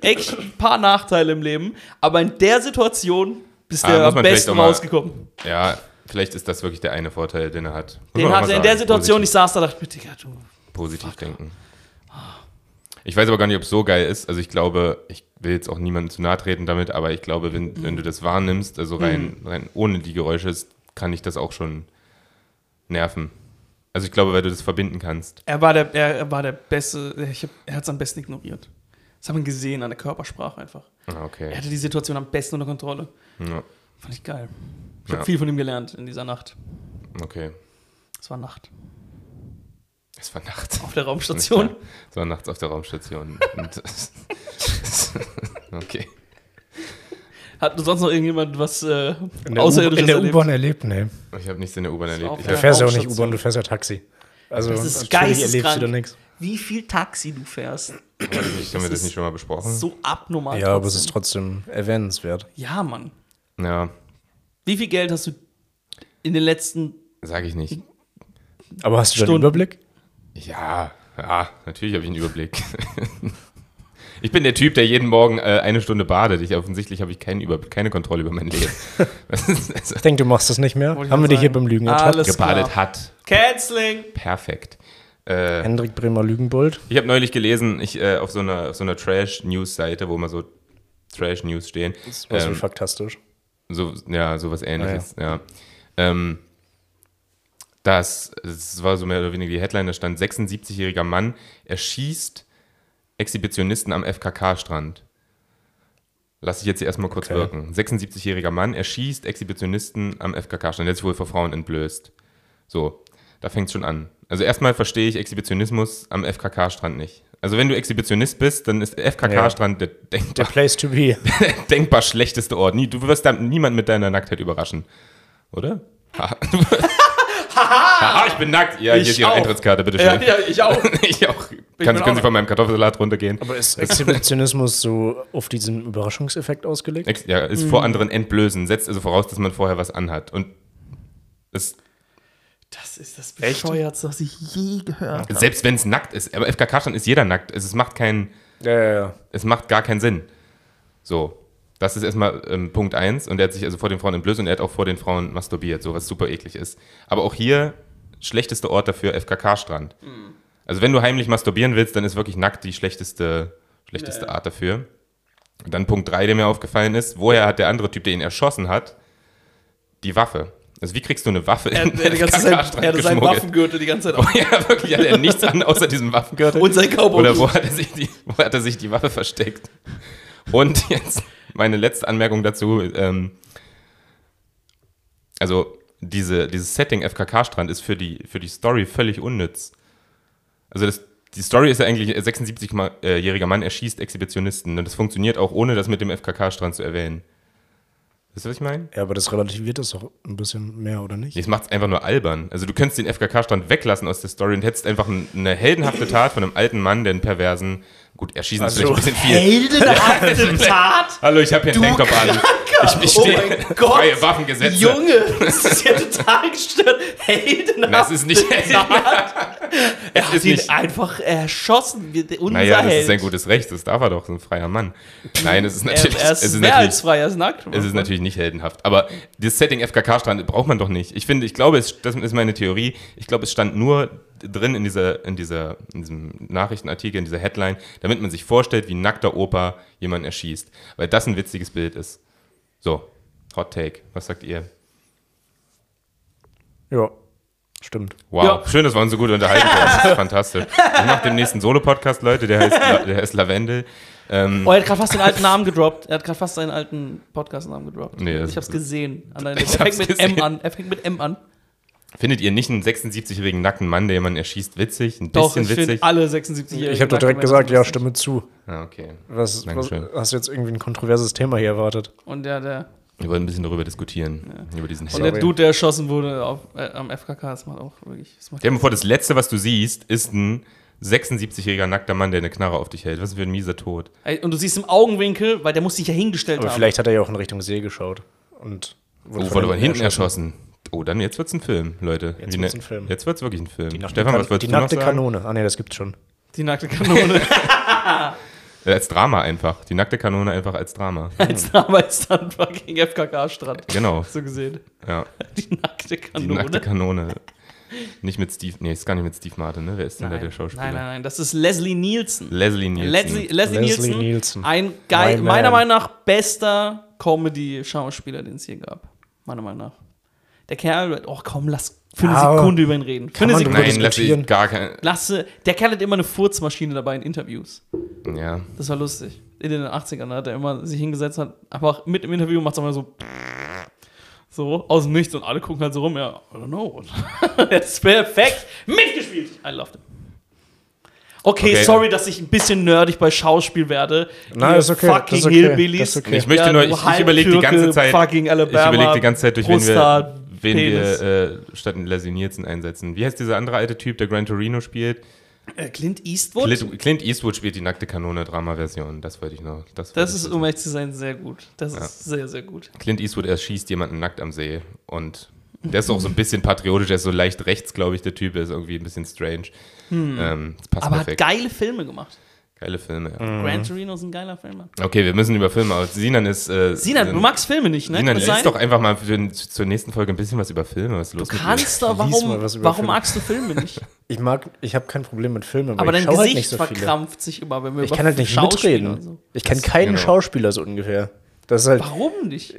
echt ein paar Nachteile im Leben, aber in der Situation bist Ah, du muss am man vielleicht besten auch mal- rausgekommen. Ja, vielleicht ist das wirklich der eine Vorteil, den er hat. Muss Den man auch hat mal er in der sagen. Situation, Positiv. ich saß da, dachte mir, Digga, du. positiv denken. Ich weiß aber gar nicht, ob es so geil ist. Also ich glaube, ich will jetzt auch niemandem zu nahe treten damit, aber ich glaube, wenn, wenn du das wahrnimmst, also rein, Mhm. rein ohne die Geräusche, ist, kann ich das auch schon nerven. Also ich glaube, weil du das verbinden kannst. Er war der, er, er war der Beste, ich hab, er hat es am besten ignoriert. Das haben wir gesehen an der Körpersprache einfach. Ah, Er Okay. hatte die Situation am besten unter Kontrolle. Ja, Fand ich geil. Ich Ja. habe viel von ihm gelernt in dieser Nacht. okay. Es war Nacht Es war nachts. auf der Raumstation. Es war nachts auf der Raumstation. Und okay. Hat sonst noch irgendjemand was äh, In der U- Außerirdisches in der erlebt? U-Bahn erlebt, ne. Ich habe nichts in der U-Bahn erlebt. auf Ich Du Ja, hab, fährst ja auch nicht Raumstation. U-Bahn, du fährst ja Taxi. Also, Das ist natürlich erlebst du da geisteskrank. nichts. Wie viel Taxi du fährst. haben wir das nicht schon mal besprochen? So abnormal. Ja, aber es ist trotzdem. trotzdem erwähnenswert. Ja, Mann. Ja, Wie viel Geld hast du in den letzten. sage ich nicht. Aber hast du da einen Stunden. Überblick? Ja, ja, natürlich habe ich einen Überblick. Ich bin der Typ, der jeden Morgen äh, eine Stunde badet. Ich, offensichtlich habe ich keinen Über keine Kontrolle über mein Leben. Das ist- also, Ich denke, du machst das nicht mehr. Wollte ich Haben wir mal dich hier sagen. beim Lügen ertappt? Alles gebadet klar. hat. Canceling! Perfekt. Äh, Hendrik Bremer Lügenbold. ich habe neulich gelesen, ich, äh, auf so einer, auf so einer Trash-News-Seite, wo immer so Trash-News stehen. Das ist ähm, faktastisch. So, ja, sowas ähnliches, ja. Ähm, das, es war so mehr oder weniger die Headline, da stand 76-jähriger Mann erschießt Exhibitionisten am FKK-Strand. Lass ich jetzt hier erstmal kurz Okay. wirken. 76-jähriger Mann erschießt Exhibitionisten am FKK-Strand. Der hat sich wohl vor Frauen entblößt. So, da fängt schon an. Also erstmal verstehe ich Exhibitionismus am FKK-Strand nicht. Also wenn du Exhibitionist bist, dann ist FKK-Strand der Der denkbar Place to be. denkbar schlechteste Ort. Nie- Du wirst da niemand mit deiner Nacktheit überraschen. Oder? Haha, Haha, ich bin nackt. Ja, Ich hier ist Ihre auch. Eintrittskarte, bitte Ja, schön. ja, ich auch. ich auch. bin Kann, auch können Sie von meinem Kartoffelsalat runtergehen? Aber ist Exhibitionismus so auf diesen Überraschungseffekt ausgelegt? Ex- Ja, Mhm. ist vor anderen entblößen. Setzt also voraus, dass man vorher was anhat. Und es, Das ist das Bescheuertste, was ich je gehört habe. selbst wenn es nackt ist, aber FKK-Stand ist jeder nackt. Es, es, macht keinen, Ja, ja, ja. es macht gar keinen Sinn. So. Das ist erstmal ähm, Punkt eins Und er hat sich also vor den Frauen entblößt und er hat auch vor den Frauen masturbiert, so was super eklig ist. Aber auch hier, schlechteste Ort dafür, FKK-Strand. Hm. Also wenn du heimlich masturbieren willst, dann ist wirklich nackt die schlechteste, schlechteste Art dafür. Und dann Punkt drei der mir aufgefallen ist, woher hat der andere Typ, der ihn erschossen hat, die Waffe? Also wie kriegst du eine Waffe Er, in er, den die ganze Zeit, er FKK-Strand hatte seinen geschmuggelt? Waffengürtel die ganze Zeit auf. Ja, wirklich, hat er nichts an außer diesem Waffengürtel. Und sein Cowboy. Oder wo hat, er sich die, wo hat er sich die Waffe versteckt? Und jetzt meine letzte Anmerkung dazu. Ähm, also diese, dieses Setting FKK-Strand ist für die, für die Story völlig unnütz. Also das, die Story ist ja eigentlich, ein 76-jähriger Mann erschießt Exhibitionisten. Und das funktioniert auch, ohne das mit dem FKK-Strand zu erwähnen. Wisst ihr, was ich meine? Ja, aber das relativiert das doch ein bisschen mehr, oder nicht? Nee, es macht es einfach nur albern. Also du könntest den FKK-Stand weglassen aus der Story und hättest einfach ein, eine heldenhafte Tat von einem alten Mann, der einen perversen, gut, erschießen ist Also, vielleicht ein bisschen viel. Heldenhafte Tat? Hallo, ich habe hier einen Tanktop an. Ich, ich oh stehe mein Gott. freie Waffengesetze. Junge, das ist ja total gestört. Heldenhafte Das ist nicht Tat. Er hat ist ihn nicht- einfach erschossen. Wir- Unser Naja, das Held. ist sein gutes Recht, das darf er doch, so ein freier Mann. Nein, es ist Er, natürlich, er es ist ist mehr natürlich, als frei, er ist nackt. es ist natürlich nicht heldenhaft. Aber das Setting FKK-Strand braucht man doch nicht. Ich finde, ich glaube, es, das ist meine Theorie, ich glaube, es stand nur drin in, dieser, in, dieser, in diesem Nachrichtenartikel, in dieser Headline, damit man sich vorstellt, wie ein nackter Opa jemanden erschießt. Weil das ein witziges Bild ist. So, Hot Take, was sagt ihr? Ja. Stimmt. Wow, Ja. schön, dass wir uns so gut unterhalten können. Das ist fantastisch. Ich mache den nächsten Solo-Podcast, Leute, der heißt, La- der heißt Lavendel. Ähm, Oh, er hat gerade fast den alten Namen gedroppt. Er hat gerade fast seinen alten Podcast-Namen gedroppt. Nee, das- ich hab's gesehen. An deiner- Ich er hab's fängt mit M gesehen. an. Er fängt mit M an. findet ihr nicht einen 76-jährigen nackten Mann, der jemanden erschießt, witzig? Ein Doch, bisschen ich finde witzig? alle 76-Jährigen. Ich habe doch direkt Nacktmänner gesagt, ja, sind stimme zu. Ah, okay. Was, was Dankeschön. hast du jetzt irgendwie ein kontroverses Thema hier erwartet? lustig. Und der, der, Wir wollen ein bisschen darüber diskutieren, über diesen und der Hate. Sorry. Dude, der erschossen wurde auf, äh, am FKK, das macht auch wirklich. Das macht Stell dir mal vor, das Letzte, was du siehst, ist ein 76-jähriger nackter Mann, der eine Knarre auf dich hält. Was für ein mieser Tod. Ey, und du siehst im Augenwinkel, weil der muss sich ja hingestellt Aber haben. vielleicht hat er ja auch in Richtung See geschaut. Und Oh, wurde von hinten erschossen. Oh, dann jetzt wird's ein Film, Leute. Jetzt Wie wird's ne- ein Film. Jetzt wird's wirklich ein Film. Die nackte, Stefan, was Kan wolltest die du noch nackte sagen? Kanone. Ah, nee, das gibt's schon. Die nackte Kanone Äh, als Drama einfach. Die nackte Kanone einfach als Drama. als damals dann fucking FKK-Strand. genau. So gesehen. Ja. Die nackte Die Kanone. nackte Kanone. Nicht mit Steve, nee, ist gar nicht mit Steve Martin, ne? Wer ist denn nein. da der Schauspieler? nein, nein, nein, das ist Leslie Nielsen. Leslie Nielsen. Leslie, Leslie, Leslie Also Nielsen, Ah. Nielsen. Ein geil, My man. meiner Meinung nach bester Comedy-Schauspieler, den es hier gap. Meiner Meinung nach. Der Kerl, oh komm, lass für eine Aber Sekunde über ihn reden. Für kann eine man Sekunde. Nein, Leslie, diskutieren. gar kein. Lasse, der Kerl hat immer eine Furzmaschine dabei in Interviews. Ja. Das war lustig. In den 80ern hat er immer sich hingesetzt, hat einfach mit im Interview macht es immer so. So, aus dem Nichts und alle gucken halt so rum. Ja, I don't know. Der ist perfekt mitgespielt. I loved him. Okay, Okay. sorry, dass ich ein bisschen nerdig bei Schauspiel werde. Nein, Ihr ist okay, Fucking das ist okay, Hillbillies. das ist okay. Ich möchte Ja, nur, du ich, ich überlege die Halbtürke, ganze Zeit, Fucking Alabama, ich überlege die ganze Zeit, durch wen wir, Prostart, wen Penis. wir äh, statt in Leslie Nielsen einsetzen. Wie heißt dieser andere alte Typ, der Gran Torino spielt? Äh, Clint Eastwood? Clint, Clint Eastwood spielt die nackte Kanone Drama-Version. Das wollte ich noch. Das, wollte das ich ist, wissen. um ehrlich zu sein, sehr gut. Das Ja. ist sehr, sehr gut. Clint Eastwood erschießt jemanden nackt am See und der ist auch so ein bisschen patriotisch, der ist so leicht rechts, glaube ich, der Typ, der ist irgendwie ein bisschen strange. Ähm, das Hm. Aber passt hat perfekt. Mhm. geile Filme gemacht. Geile Filme, ja. Gran Torino ist ein geiler Film. Okay, wir müssen über Filme aus. Sinan ist. Äh, Sinan, du magst Filme nicht, ne? Sinan, Kann das liest sein? doch einfach mal für, den- zur nächsten Folge ein bisschen was über Filme, was los Du mit dir? kannst doch, Lies warum, mal was über warum Filme. magst du Filme nicht? Ich mag, ich habe kein Problem mit Filmen, aber, Aber ich dein schaue Gesicht halt nicht so viele. verkrampft sich immer, wenn wir Ich kann halt nicht Schauspieler und mitreden. so. Ich kenne keinen genau. Schauspieler so ungefähr. Das ist halt. Warum nicht?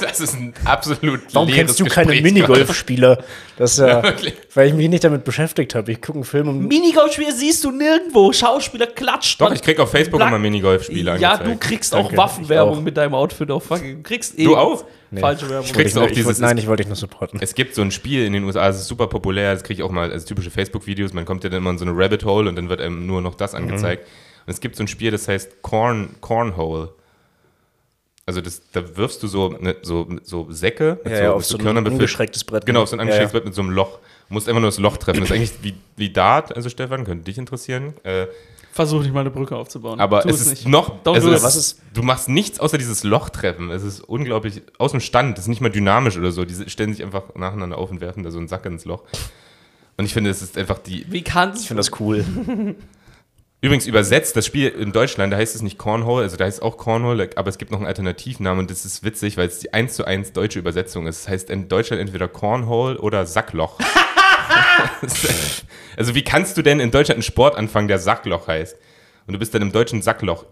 Das ist ein absolut Warum leeres kennst du keine Gespräch gerade. Minigolfspieler? Das ist ja, wirklich. weil ich mich nicht damit beschäftigt habe. Ich gucke einen Film und Minigolfspieler siehst du nirgendwo. Schauspieler klatscht. Doch, man- ich krieg auf Facebook Black- immer Minigolfspiele Ja, du angezeigt. kriegst auch Danke, Waffenwerbung ich auch. mit deinem Outfit auf. fucking- Du kriegst eh Du auch? falsche Werbung. krieg- kriegst ich, auch ich, dieses- wollte- Nein, ich wollte dich nur supporten. Es gibt so ein Spiel in den USA, das ist super populär, das kriege ich auch mal als typische Facebook-Videos. Man kommt ja dann immer in so eine Rabbit Hole und dann wird einem nur noch Mhm. das angezeigt. Und es gibt so ein Spiel, das heißt Corn, Cornhole. Also das, da wirfst du so, ne, so, so Säcke mit Ja, so, ja, mit auf so ein Körnern befüllt. ungeschrägtes Brett. Genau, auf so ein Ja, angeschrägtes ja. Brett mit so einem Loch. Du musst einfach nur das Loch treffen. Das ist eigentlich wie, wie Dart, also Stefan, könnte dich interessieren. Äh, Versuch nicht mal eine Brücke aufzubauen. aber Tu es ist noch, Don't also do es, it. was ist- du machst nichts außer dieses Loch treffen. Es ist unglaublich aus dem Stand. Es ist nicht mal dynamisch oder so. Die stellen sich einfach nacheinander auf und werfen da so einen Sack ins Loch. Und ich finde, es ist einfach die. Wie kannst Ich finde das cool. Übrigens übersetzt das Spiel in Deutschland, da heißt es nicht Cornhole, also da heißt es auch Cornhole, aber es gibt noch einen Alternativnamen und das ist witzig, weil es die 1 zu 1 deutsche Übersetzung ist. Das heißt in Deutschland entweder Cornhole oder Sackloch. also wie kannst du denn in Deutschland einen Sport anfangen, der Sackloch heißt? Und du bist dann im deutschen Sackloch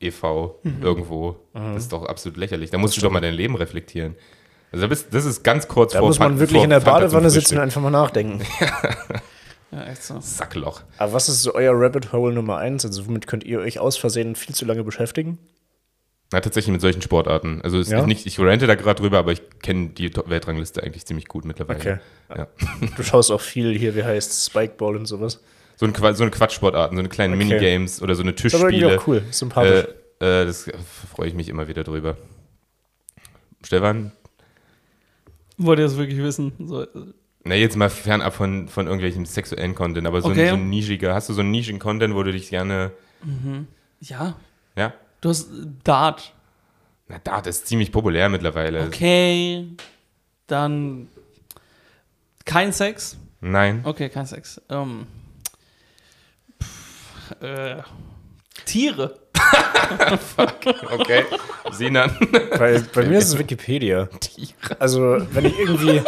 e.V. Mhm. irgendwo. Das ist doch absolut lächerlich. Da musst du doch mal dein Leben reflektieren. Also da bist, das ist ganz kurz Da vor muss man Pan- wirklich vor in der Fanta zum Badewanne sitzen Frühstück. und einfach mal nachdenken. Ja, echt so. Sackloch. Aber was ist so euer Rabbit Hole Nummer eins? Also womit könnt ihr euch aus Versehen viel zu lange beschäftigen? Na, tatsächlich mit solchen Sportarten. Also es Ja? ist nicht, ich rante da gerade drüber, aber ich kenne die Top- Weltrangliste eigentlich ziemlich gut mittlerweile. Okay. Ja. Du schaust auch viel hier, wie heißt Spikeball und sowas. So, ein, Qua- so eine Quatschsportarten, so eine kleinen Okay. Minigames oder so eine Ist aber irgendwie Tischspiele. auch cool, sympathisch. äh, äh, das äh, freue ich mich immer wieder drüber. Stefan, Wollt ihr das wirklich wissen? So, äh, na jetzt mal fernab von, von irgendwelchem sexuellen Content, aber so, Okay. ein, so ein nischiger, hast du so einen nischigen Content, wo du dich gerne, ja, ja? du hast Dart. Na, Dart ist ziemlich populär mittlerweile. Okay, dann kein Sex. Nein. Okay, kein Sex. Ähm, pff, äh, Tiere. Okay. Sinan. Bei, bei mir ist es Wikipedia. Also, wenn ich irgendwie.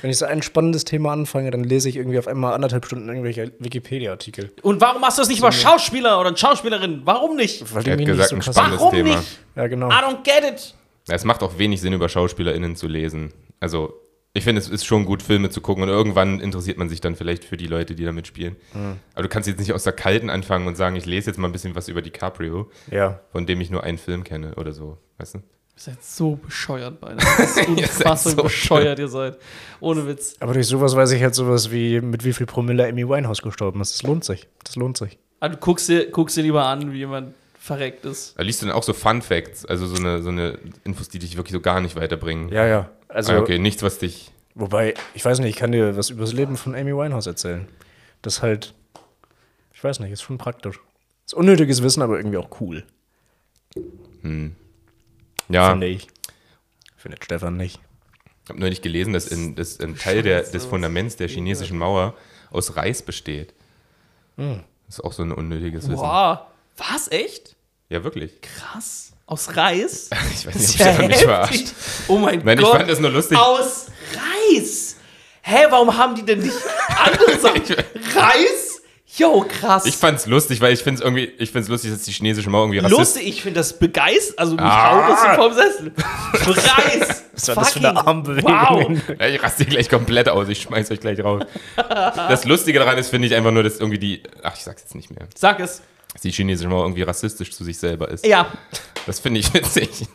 wenn ich so ein spannendes Thema anfange, dann lese ich irgendwie auf einmal anderthalb Stunden irgendwelche Wikipedia-Artikel. Und warum machst du das nicht mal Schauspieler oder Schauspielerin? Warum nicht? Weil Er hat mich gesagt, ein krass- spannendes Warum Thema. nicht? Ja, genau. I don't get it. Ja, Es macht auch wenig Sinn, über SchauspielerInnen zu lesen. Also, ich finde, es ist schon gut, Filme zu gucken und irgendwann interessiert man sich dann vielleicht für die Leute, die da mitspielen. Mhm. Aber du kannst jetzt nicht aus der Kalten anfangen und sagen, ich lese jetzt mal ein bisschen was über DiCaprio, Ja. von dem ich nur einen Film kenne oder so, weißt du? Ihr seid so bescheuert beide. Das ist Ihr seid unfassbar, wie so bescheuert ihr seid. Ohne Witz. Aber durch sowas weiß ich halt sowas wie, mit wie viel Promille Amy Winehouse gestorben ist. Das lohnt sich. Das lohnt sich. Also, du guckst dir, guckst dir lieber an, wie jemand verreckt ist. Da liest du dann auch so Fun Facts, also so eine, so eine Infos, die dich wirklich so gar nicht weiterbringen. Ja, ja. Also, ah, okay, nichts, was dich. wobei, ich weiß nicht, ich kann dir was über das Leben von Amy Winehouse erzählen. Das halt, ich weiß nicht, ist schon praktisch. Ist unnötiges Wissen, aber irgendwie auch cool. Ja, Finde ich. Findet Stefan nicht. ich habe neulich gelesen, dass, in, dass ein Teil der, des Fundaments der chinesischen Mauer aus Reis besteht. Hm. Das ist auch so ein unnötiges Wissen. Wow. Was? Echt? Ja, wirklich. Krass. Aus Reis? Ich weiß nicht, ob Stefan mich verarscht. Oh mein Nein, ich Gott. fand das nur lustig. Aus Reis. Hä, warum haben die denn nicht andere Sachen? Reis? Jo, krass. Ich fand's lustig, weil ich find's irgendwie, ich find's lustig, dass die chinesische Mauer irgendwie rassistisch Lustig, ich finde das begeistert. Also, mich Ah. haut das so vom Sessel. Reis. Was war das für eine Armbewegung? Wow. Ja, ich raste hier gleich komplett aus, ich schmeiß euch gleich raus. Das Lustige daran ist, finde ich einfach nur, dass irgendwie die, ach, ich sag's jetzt nicht mehr, Sag es. dass die chinesische Mauer irgendwie rassistisch zu sich selber ist. Ja. Das finde ich witzig.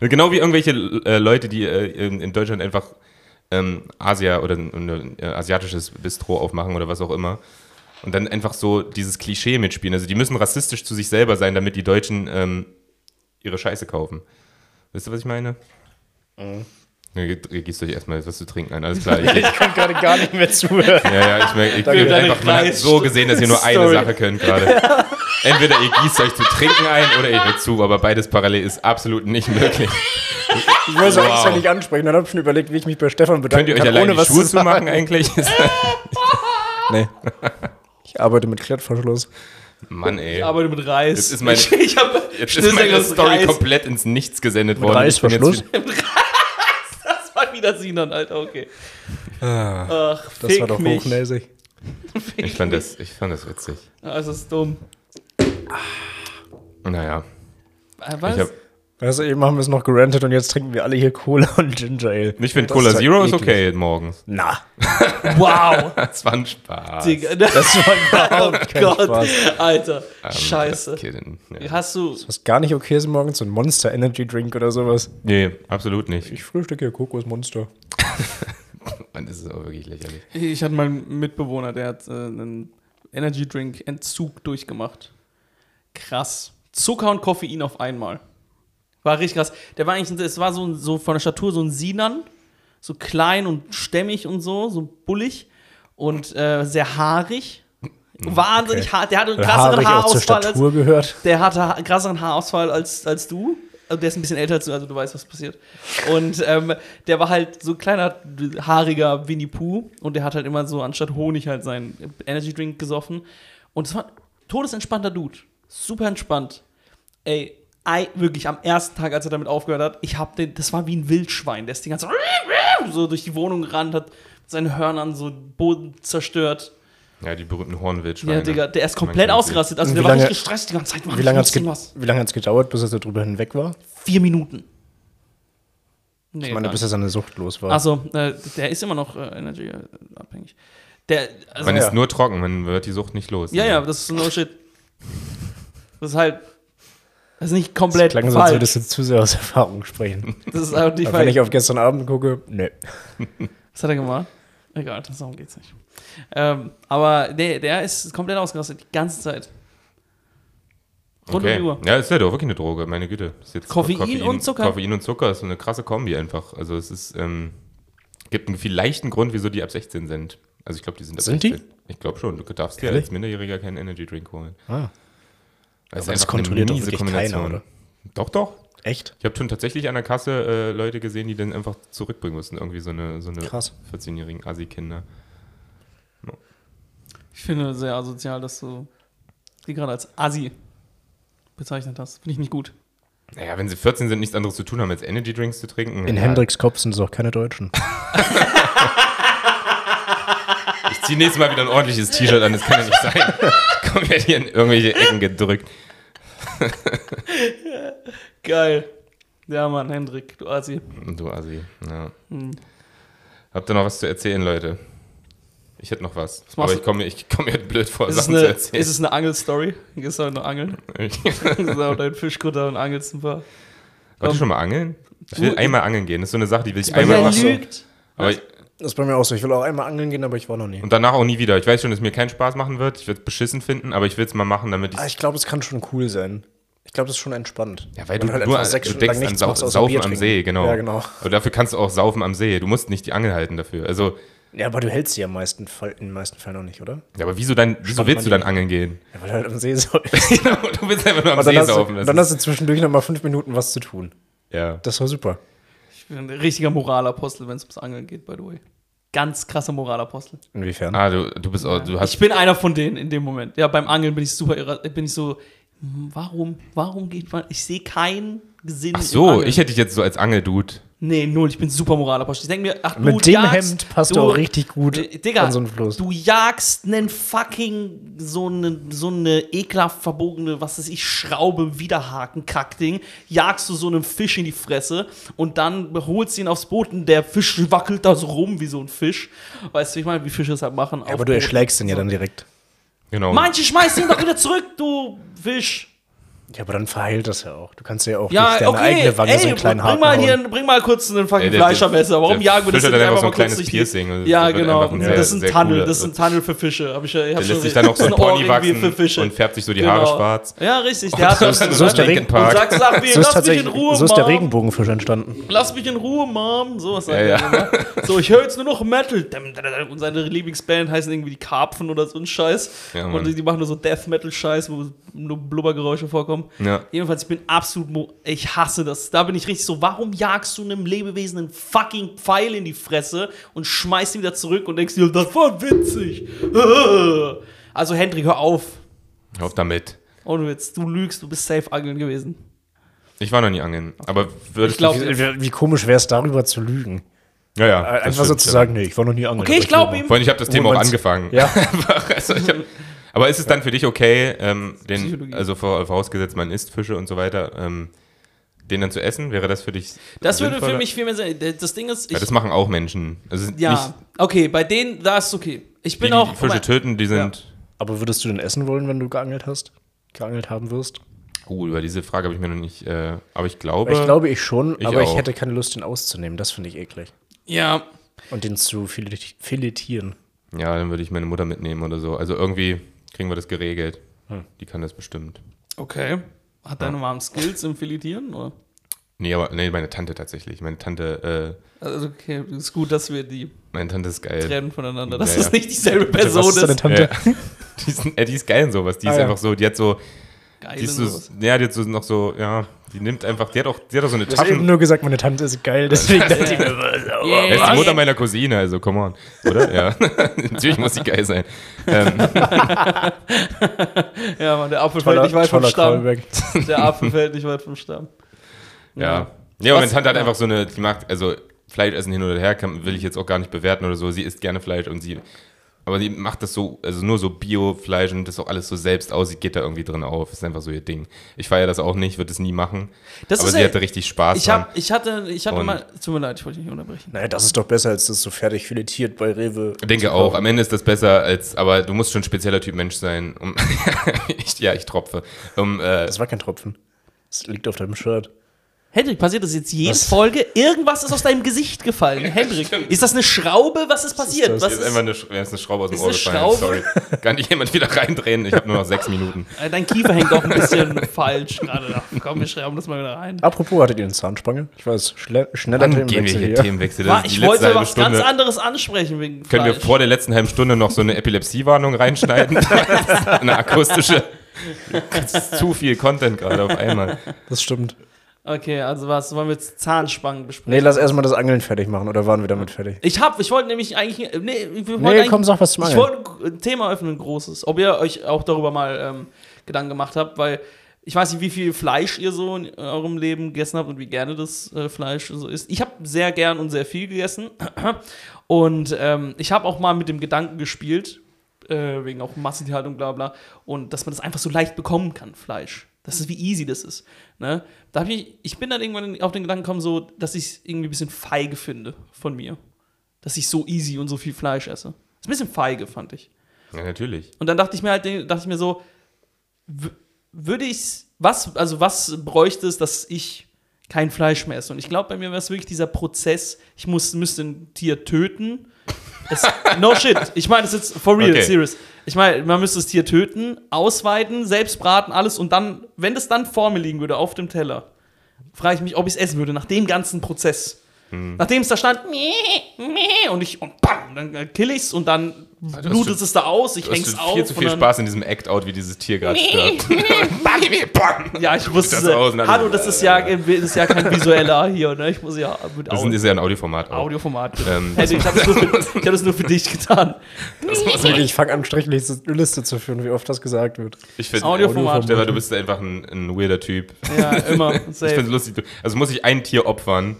Genau wie irgendwelche äh, Leute, die äh, in, in Deutschland einfach ähm, Asia oder ein, ein äh, asiatisches Bistro aufmachen oder was auch immer. Und dann einfach so dieses Klischee mitspielen. Also die müssen rassistisch zu sich selber sein, damit die Deutschen ähm, ihre Scheiße kaufen. Wisst ihr, was ich meine? Ja, Ihr ihr gießt euch erstmal was zu trinken ein. Alles klar. Ich, ich, Ich kann gerade gar nicht mehr zuhören. ja, ja, ich merke, ich, Danke. ich einfach man hat so gesehen, dass ihr nur eine Sorry. Sache könnt gerade. Entweder ihr gießt euch zu trinken ein oder ihr hört zu, aber beides parallel ist absolut nicht möglich. Ich wollte es Wow. eigentlich nicht ansprechen. Dann habe ich schon überlegt, wie ich mich bei Stefan bedanken Könnt ihr euch kann, alleine die Schuhe zu sagen. machen eigentlich? Nee. Ich arbeite mit Klettverschluss. Mann, ey. Ich arbeite mit Reis. Jetzt ist meine- ich, ich hab Jetzt ist meine Schnürsenkel aus Story Reis. komplett ins Nichts gesendet worden. Ich bin jetzt Reißverschluss? Das war wieder Sinan, Alter, okay. Ach, fick Das war doch mich. hochnäsig. wieder- Ah. Ich fand das, ich fand das witzig. Ah, Das ist dumm. Naja. Ah, Was? Ich, hab, Also eben haben wir es noch gerantet und jetzt trinken wir alle hier Cola und Ginger Ale. ich finde Das Cola ist halt Zero ist eklig. okay morgens. Na, wow. Das war ein Spaß. Digga. das war oh überhaupt kein Gott, Spaß. Alter. I'm Scheiße. just kidding. Ja. Hast du. Was gar nicht okay ist morgens, so ein Monster Energy Drink oder sowas. Nee, absolut nicht. Ich frühstücke hier Kokosmonster. Mann, das ist auch wirklich lächerlich. Ich hatte mal einen Mitbewohner, der hat äh, einen Energy Drink Entzug durchgemacht. Krass. Zucker und Koffein auf einmal. War richtig krass. Der war eigentlich, ein- es war so, ein- so von der Statur so ein Sinan, so klein und stämmig und so, so bullig und äh, sehr haarig. Hm, Wahnsinnig haarig. Der hatte einen Habe krasseren ich auch zur Haarausfall als, Statur gehört. der hatte ha- krasseren Haarausfall als, als du. Also der ist ein bisschen älter als du, also du weißt, was passiert. Und ähm, der war halt so ein kleiner, haariger Winnie Pooh. Und der hat halt immer so anstatt Honig halt seinen Energy Drink gesoffen. Und es war ein todesentspannter Dude. Super entspannt. Ey, ei, wirklich, am ersten Tag, als er damit aufgehört hat, ich hab den, das war wie ein Wildschwein. Der ist die ganze Zeit so durch die Wohnung gerannt, hat mit seinen Hörnern so den Boden zerstört. Ja, die berühmten Hornwildschweine. Ja, Digga, der ist Man komplett kennt sie. ausgerastet. Also Und der wie war lange- nicht gestresst die ganze Zeit. Mann, Wie lange ich hat es muss irgendwas- gedauert, bis er darüber hinweg war? vier Minuten. Nee, Ich meine, bis er seine Sucht los war. also, äh, der ist immer noch äh, energy äh, abhängig. Der, also, Man Ja. ist nur trocken, man wird die Sucht nicht los. ja, ja, das ist no shit. Das ist halt, das ist nicht Das komplett klang so, als falsch. Das, würdest du zu sehr aus Erfahrung sprechen. ist halt nicht Aber wenn falsch. ich auf gestern Abend gucke, nee. Was hat er gemacht? Egal, das- darum geht's nicht. Ähm, aber nee, der ist komplett ausgerastet, die ganze Zeit. Rund um Okay. die Uhr. Ja, ist ja doch wirklich eine Droge, meine Güte. Ist jetzt Koffein und Zucker. Koffein und Zucker ist so eine krasse Kombi einfach. Also es ist, ähm, gibt einen viel leichten Grund, wieso die ab 16 sind. Also ich glaube, die sind ab Sind die? 16. Ich glaube schon. Du darfst dir Ehrlich? als Minderjähriger keinen Energy Drink holen. Das Ah. Aber das einfach kontrolliert eine miese doch wirklich Kombination. keiner, oder? Doch, doch. Echt? Ich habe schon tatsächlich an der Kasse äh, Leute gesehen, die dann einfach zurückbringen mussten. Irgendwie so eine, so eine Krass. 14-jährigen Assi-Kinder. Ich finde sehr asozial, dass du die gerade als Assi bezeichnet hast. Finde ich nicht gut. Naja, wenn sie 14 sind, nichts anderes zu tun haben, als Energy Drinks zu trinken. In ja, Hendricks Kopf sind es auch keine Deutschen. Ich ziehe nächstes Mal wieder ein ordentliches T-Shirt an, das kann ja nicht sein. Ich komme ja hier in irgendwelche Ecken gedrückt. Geil. Ja, Mann, Hendrik, du Assi. Hm. Du Assi, ja. Habt ihr noch was zu erzählen, Leute? Ich hätte noch was. machst Aber du? ich komme mir, ich komm mir halt blöd vor, Ist es, Sachen eine, zu ist erzählen. es eine Angelstory? Gehst du heute noch angeln? Gehst du halt heute in Fischkutter und angelst ein paar? Warte Ähm, schon mal angeln? Ich will du- einmal angeln gehen. Das ist so eine Sache, die will ich bei einmal mir Wer machst du- machen. lügt? Aber ich, Das ist bei mir auch so. Ich will auch einmal angeln gehen, aber ich war noch nie. und danach auch nie wieder. Ich weiß schon, dass es mir keinen Spaß machen wird. Ich werde es beschissen finden, aber ich will es mal machen, damit ich. Ah, ich glaube, es kann schon cool sein. Ich glaube, das ist schon entspannt. Ja, weil Wenn du, halt nur einfach sechs du Stunden denkst lang an nichts Sau machst, außer Saufen Bier am trinken. See, genau. Ja, genau. Aber dafür kannst du auch saufen am See. Du musst nicht die Angel halten dafür. Also, Ja, aber du hältst sie ja im meisten Fall, in den meisten Fällen noch nicht, oder? ja, aber wieso dann, wieso Spannt willst du man dann die. angeln gehen? Ja, weil du halt am See sollst. genau, du willst einfach nur am Und dann, See hast du, saufen. Das und dann ist- hast du zwischendurch noch mal fünf Minuten was zu tun. ja. Das war super. Ich bin ein richtiger Moralapostel, wenn es ums Angeln geht, by the way. Ganz krasser Moralapostel. Inwiefern? Ah, du, du bist auch, du hast Ich bin einer von denen in dem Moment. Ja, beim Angeln bin ich super irra- bin ich so hm, warum warum geht man ich sehe keinen Sinn Ach im so, Angeln. ich hätte dich jetzt so als Angeldude. Nee, null, ich bin super Moralapostel. Ich denke mir, ach du Mit dem jagst, Hemd passt du auch richtig gut D- Äh, Digga, an so einen Fluss. du jagst nen fucking so eine so eine ekelhaft verbogene, was weiß ich, Schraube, Widerhaken, Kackding, jagst du so einem Fisch in die Fresse und dann holst du ihn aufs Boot und der Fisch wackelt da so rum wie so ein Fisch. Weißt du, ich meine, wie Fische es halt machen. auf aber du Booten. erschlägst ihn ja dann direkt. Genau. Manche schmeißen ihn doch wieder zurück, du Fisch. Ja, aber dann verheilt das ja auch. Du kannst ja auch Ja, durch deine okay. eigene Wange ey, so einen kleinen bring, Haken mal hier, hauen. bring mal kurz einen Ey, fucking der- Fleischermesser. Warum der jagen wir das Fisch hat nicht dann einfach einfach so mal kurz ein kleines durch die- Piercing. Das Ja, wird genau. einfach ein sehr- Das ist ein sehr Tunnel, cooler- das ist ein Tunnel für Fische. Hab ich, ja- ich hab Der schon lässt sich dann auch so ein Pony Ohrring wie für wachsen Fische. und färbt sich so die Haare Genau. schwarz. Ja, richtig. Der Und hat so ist- dann- so ist der und Linkin Park. sagt, sagt mir, So ist, lass mich in tatsächlich, Ruhe, so ist der Mom. Regenbogenfisch entstanden. Lass mich in Ruhe, Mom. So was sagt Ja, er ja. immer. So, ich höre jetzt nur noch Metal. Dam, dam, dam. Und seine Lieblingsband heißen irgendwie die Karpfen oder so ein Scheiß. Ja, Mann. und die- die machen nur so Death Metal Scheiß, wo nur Blubbergeräusche vorkommen. Ja. Jedenfalls, ich bin absolut, mo ich hasse das. Da bin ich richtig so, warum jagst du einem Lebewesen einen fucking Pfeil in die Fresse und schmeißt ihn wieder zurück und denkst dir, das war witzig. Also, Hendrik, hör auf. Hör auf damit. Ohne Witz, du lügst, du bist safe angeln gewesen. Ich war noch nie angeln. Aber würdest Ich glaub- du. Wie- Wie, komisch wäre es, darüber zu lügen. Ja, ja. das Äh, Einfach stimmt, so zu ja. sagen, nee, ich war noch nie angeln. Okay, aber ich glaube will ihm. Vor allem, ich habe das Thema auch Moment's- angefangen. mal. Ja, also ich hab, aber ist es dann für dich okay, ähm, den, Psychologie. also vor- vorausgesetzt, man isst Fische und so weiter, ähm, den dann zu essen? Wäre das für dich. Das würde für sinnvoller? mich viel mehr Sinn. Das Ding ist, ich, Ja, das machen auch Menschen. Also es ist Ja, nicht, okay, bei denen, da ist okay. Ich die, bin die auch. Fische guck mal, töten, die sind. aber würdest du denn essen wollen, wenn du geangelt hast? Geangelt haben wirst? Oh, über diese Frage habe ich mir noch nicht. Äh, aber ich glaube. Ich glaube ich schon, Ich aber auch. ich hätte keine Lust, den auszunehmen. Das finde ich eklig. ja, Und den zu filet- filetieren. Ja, dann würde ich meine Mutter mitnehmen oder so. Also irgendwie kriegen wir das geregelt. Die kann das bestimmt. okay. Hat deine Mom Skills im Filetieren? Oder? Nee, aber nee, meine Tante tatsächlich. Meine Tante, äh, Also, okay, ist gut, dass wir die meine Tante ist geil. trennen voneinander, dass Ja, es ja. nicht dieselbe Also, Person deine ist. Tante? Ja. die, ist, äh, die ist geil in sowas. Die Ah, ist ja. einfach so, die hat so, Geil. die ist und so, sowas. ja, die hat so noch so, ja, die nimmt einfach, die hat auch, die hat auch so eine Du hast eben Taschen. nur gesagt, meine Tante ist geil, deswegen dachte ich mir, was, aber- Er ist Was? die Mutter meiner Cousine, also come on. Oder? Ja. Natürlich muss sie geil sein. Ähm, Ja, Mann, der Apfel fällt nicht weit vom toller Stamm. Callback. Der Apfel fällt nicht weit vom Stamm. ja. Ja, aber meine Was- Tante hat ja. einfach so eine, die macht, also Fleisch essen hin oder her, kann, will ich jetzt auch gar nicht bewerten oder so. Sie isst gerne Fleisch und sie, aber sie macht das so, also nur so Bio-Fleisch und das auch alles so selbst aussieht, geht da irgendwie drin auf. Ist einfach so ihr Ding. Ich feiere das auch nicht, würde es nie machen. Das aber ist sie ja- hatte richtig Spaß Ich, dran. hab, ich hatte, ich hatte Und- mal. Tut mir leid, ich wollte dich nicht unterbrechen. Naja, das ist doch besser, als das so fertig filetiert bei Rewe. Also, Ich denke auch, am Ende ist das besser als, aber du musst schon ein spezieller Typ Mensch sein. Um, ich, ja, ich tropfe. Um, äh, Das war kein Tropfen. Das liegt auf deinem Shirt. Hendrik, passiert das jetzt jede Was? Folge? Irgendwas ist aus deinem Gesicht gefallen. Hendrik, stimmt. ist das eine Schraube? Was ist passiert? das? Was ist einfach eine, Sch- mir ist eine Schraube aus dem Ist Ohr eine gefallen. Schraube? Sorry. Kann nicht jemand wieder reindrehen? Ich habe nur noch sechs Minuten. Äh, Dein Kiefer hängt auch ein bisschen falsch gerade. Ach, Komm, wir schrauben das mal wieder rein. Apropos, hattet ihr eine Zahnspange? Ich weiß, schle- schneller Dann gehen wir Themenwechsel hier hier. Themenwechsel. Das War- ist die ich letzte wollte halbe was ganz Stunde. anderes ansprechen wegen Können wir Fleisch. vor der letzten halben Stunde noch so eine Epilepsiewarnung reinschneiden? eine akustische. Das ist zu viel Content gerade auf einmal. Das stimmt. Okay, also was wollen wir jetzt Zahnspangen besprechen? Nee, lass erstmal das Angeln fertig machen, oder waren wir damit fertig? Ich hab, ich wollte nämlich eigentlich äh, nee, wir wollten Nee, eigentlich- komm, sag was zum Ich Angeln. wollte ein Thema öffnen, ein großes. Ob ihr euch auch darüber mal ähm, Gedanken gemacht habt, weil ich weiß nicht, wie viel Fleisch ihr so in eurem Leben gegessen habt und wie gerne das äh, Fleisch so ist. Ich habe sehr gern und sehr viel gegessen. Und ähm, ich habe auch mal mit dem Gedanken gespielt, äh, wegen auch Massentierhaltung, bla bla, und dass man das einfach so leicht bekommen kann, Fleisch. Das ist, wie easy das ist. Ne? Da hab ich, ich bin dann irgendwann auf den Gedanken gekommen, so, dass ich es irgendwie ein bisschen feige finde von mir. dass ich so easy und so viel Fleisch esse. Ist ein bisschen feige, fand ich. Ja, natürlich. Und dann dachte ich mir halt, dachte ich mir so, w- würde ich, was, also was bräuchte es, dass ich kein Fleisch mehr esse? Und ich glaube, bei mir wäre es wirklich dieser Prozess, ich muss, müsste ein Tier töten. Es, no shit. Ich meine, das ist jetzt for real, Okay. serious. Ich meine, man müsste das Tier töten, ausweiten, selbst braten, alles und dann, wenn das dann vor mir liegen würde, auf dem Teller, frage ich mich, ob ich es essen würde, nach dem ganzen Prozess. Hm. Nachdem es da stand, meh, meh, und ich, und bam, dann äh, kill ich's und dann du hast blutet du- es da aus, ich Du hast häng's auf. viel zu und viel dann- Spaß in diesem Act-Out, wie dieses Tier gerade stirbt. Ja, ich wusste. das aus und dann- Hallo, das ist ja, das ist ja kein visueller hier, ne? Ich muss ja mit Das ist ja ein Audioformat. auch. Audioformat. Ähm, Hätte ich habe das, nur für- ich hab das nur für dich getan. Ich fange an, Strichliste zu führen, wie oft das gesagt wird. Ich finde, Audioformat. Stefan, du bist einfach ein, ein weirder Typ. Ja, immer. Ich Safe. Hm. finde es lustig. du- Also muss ich ein Tier opfern,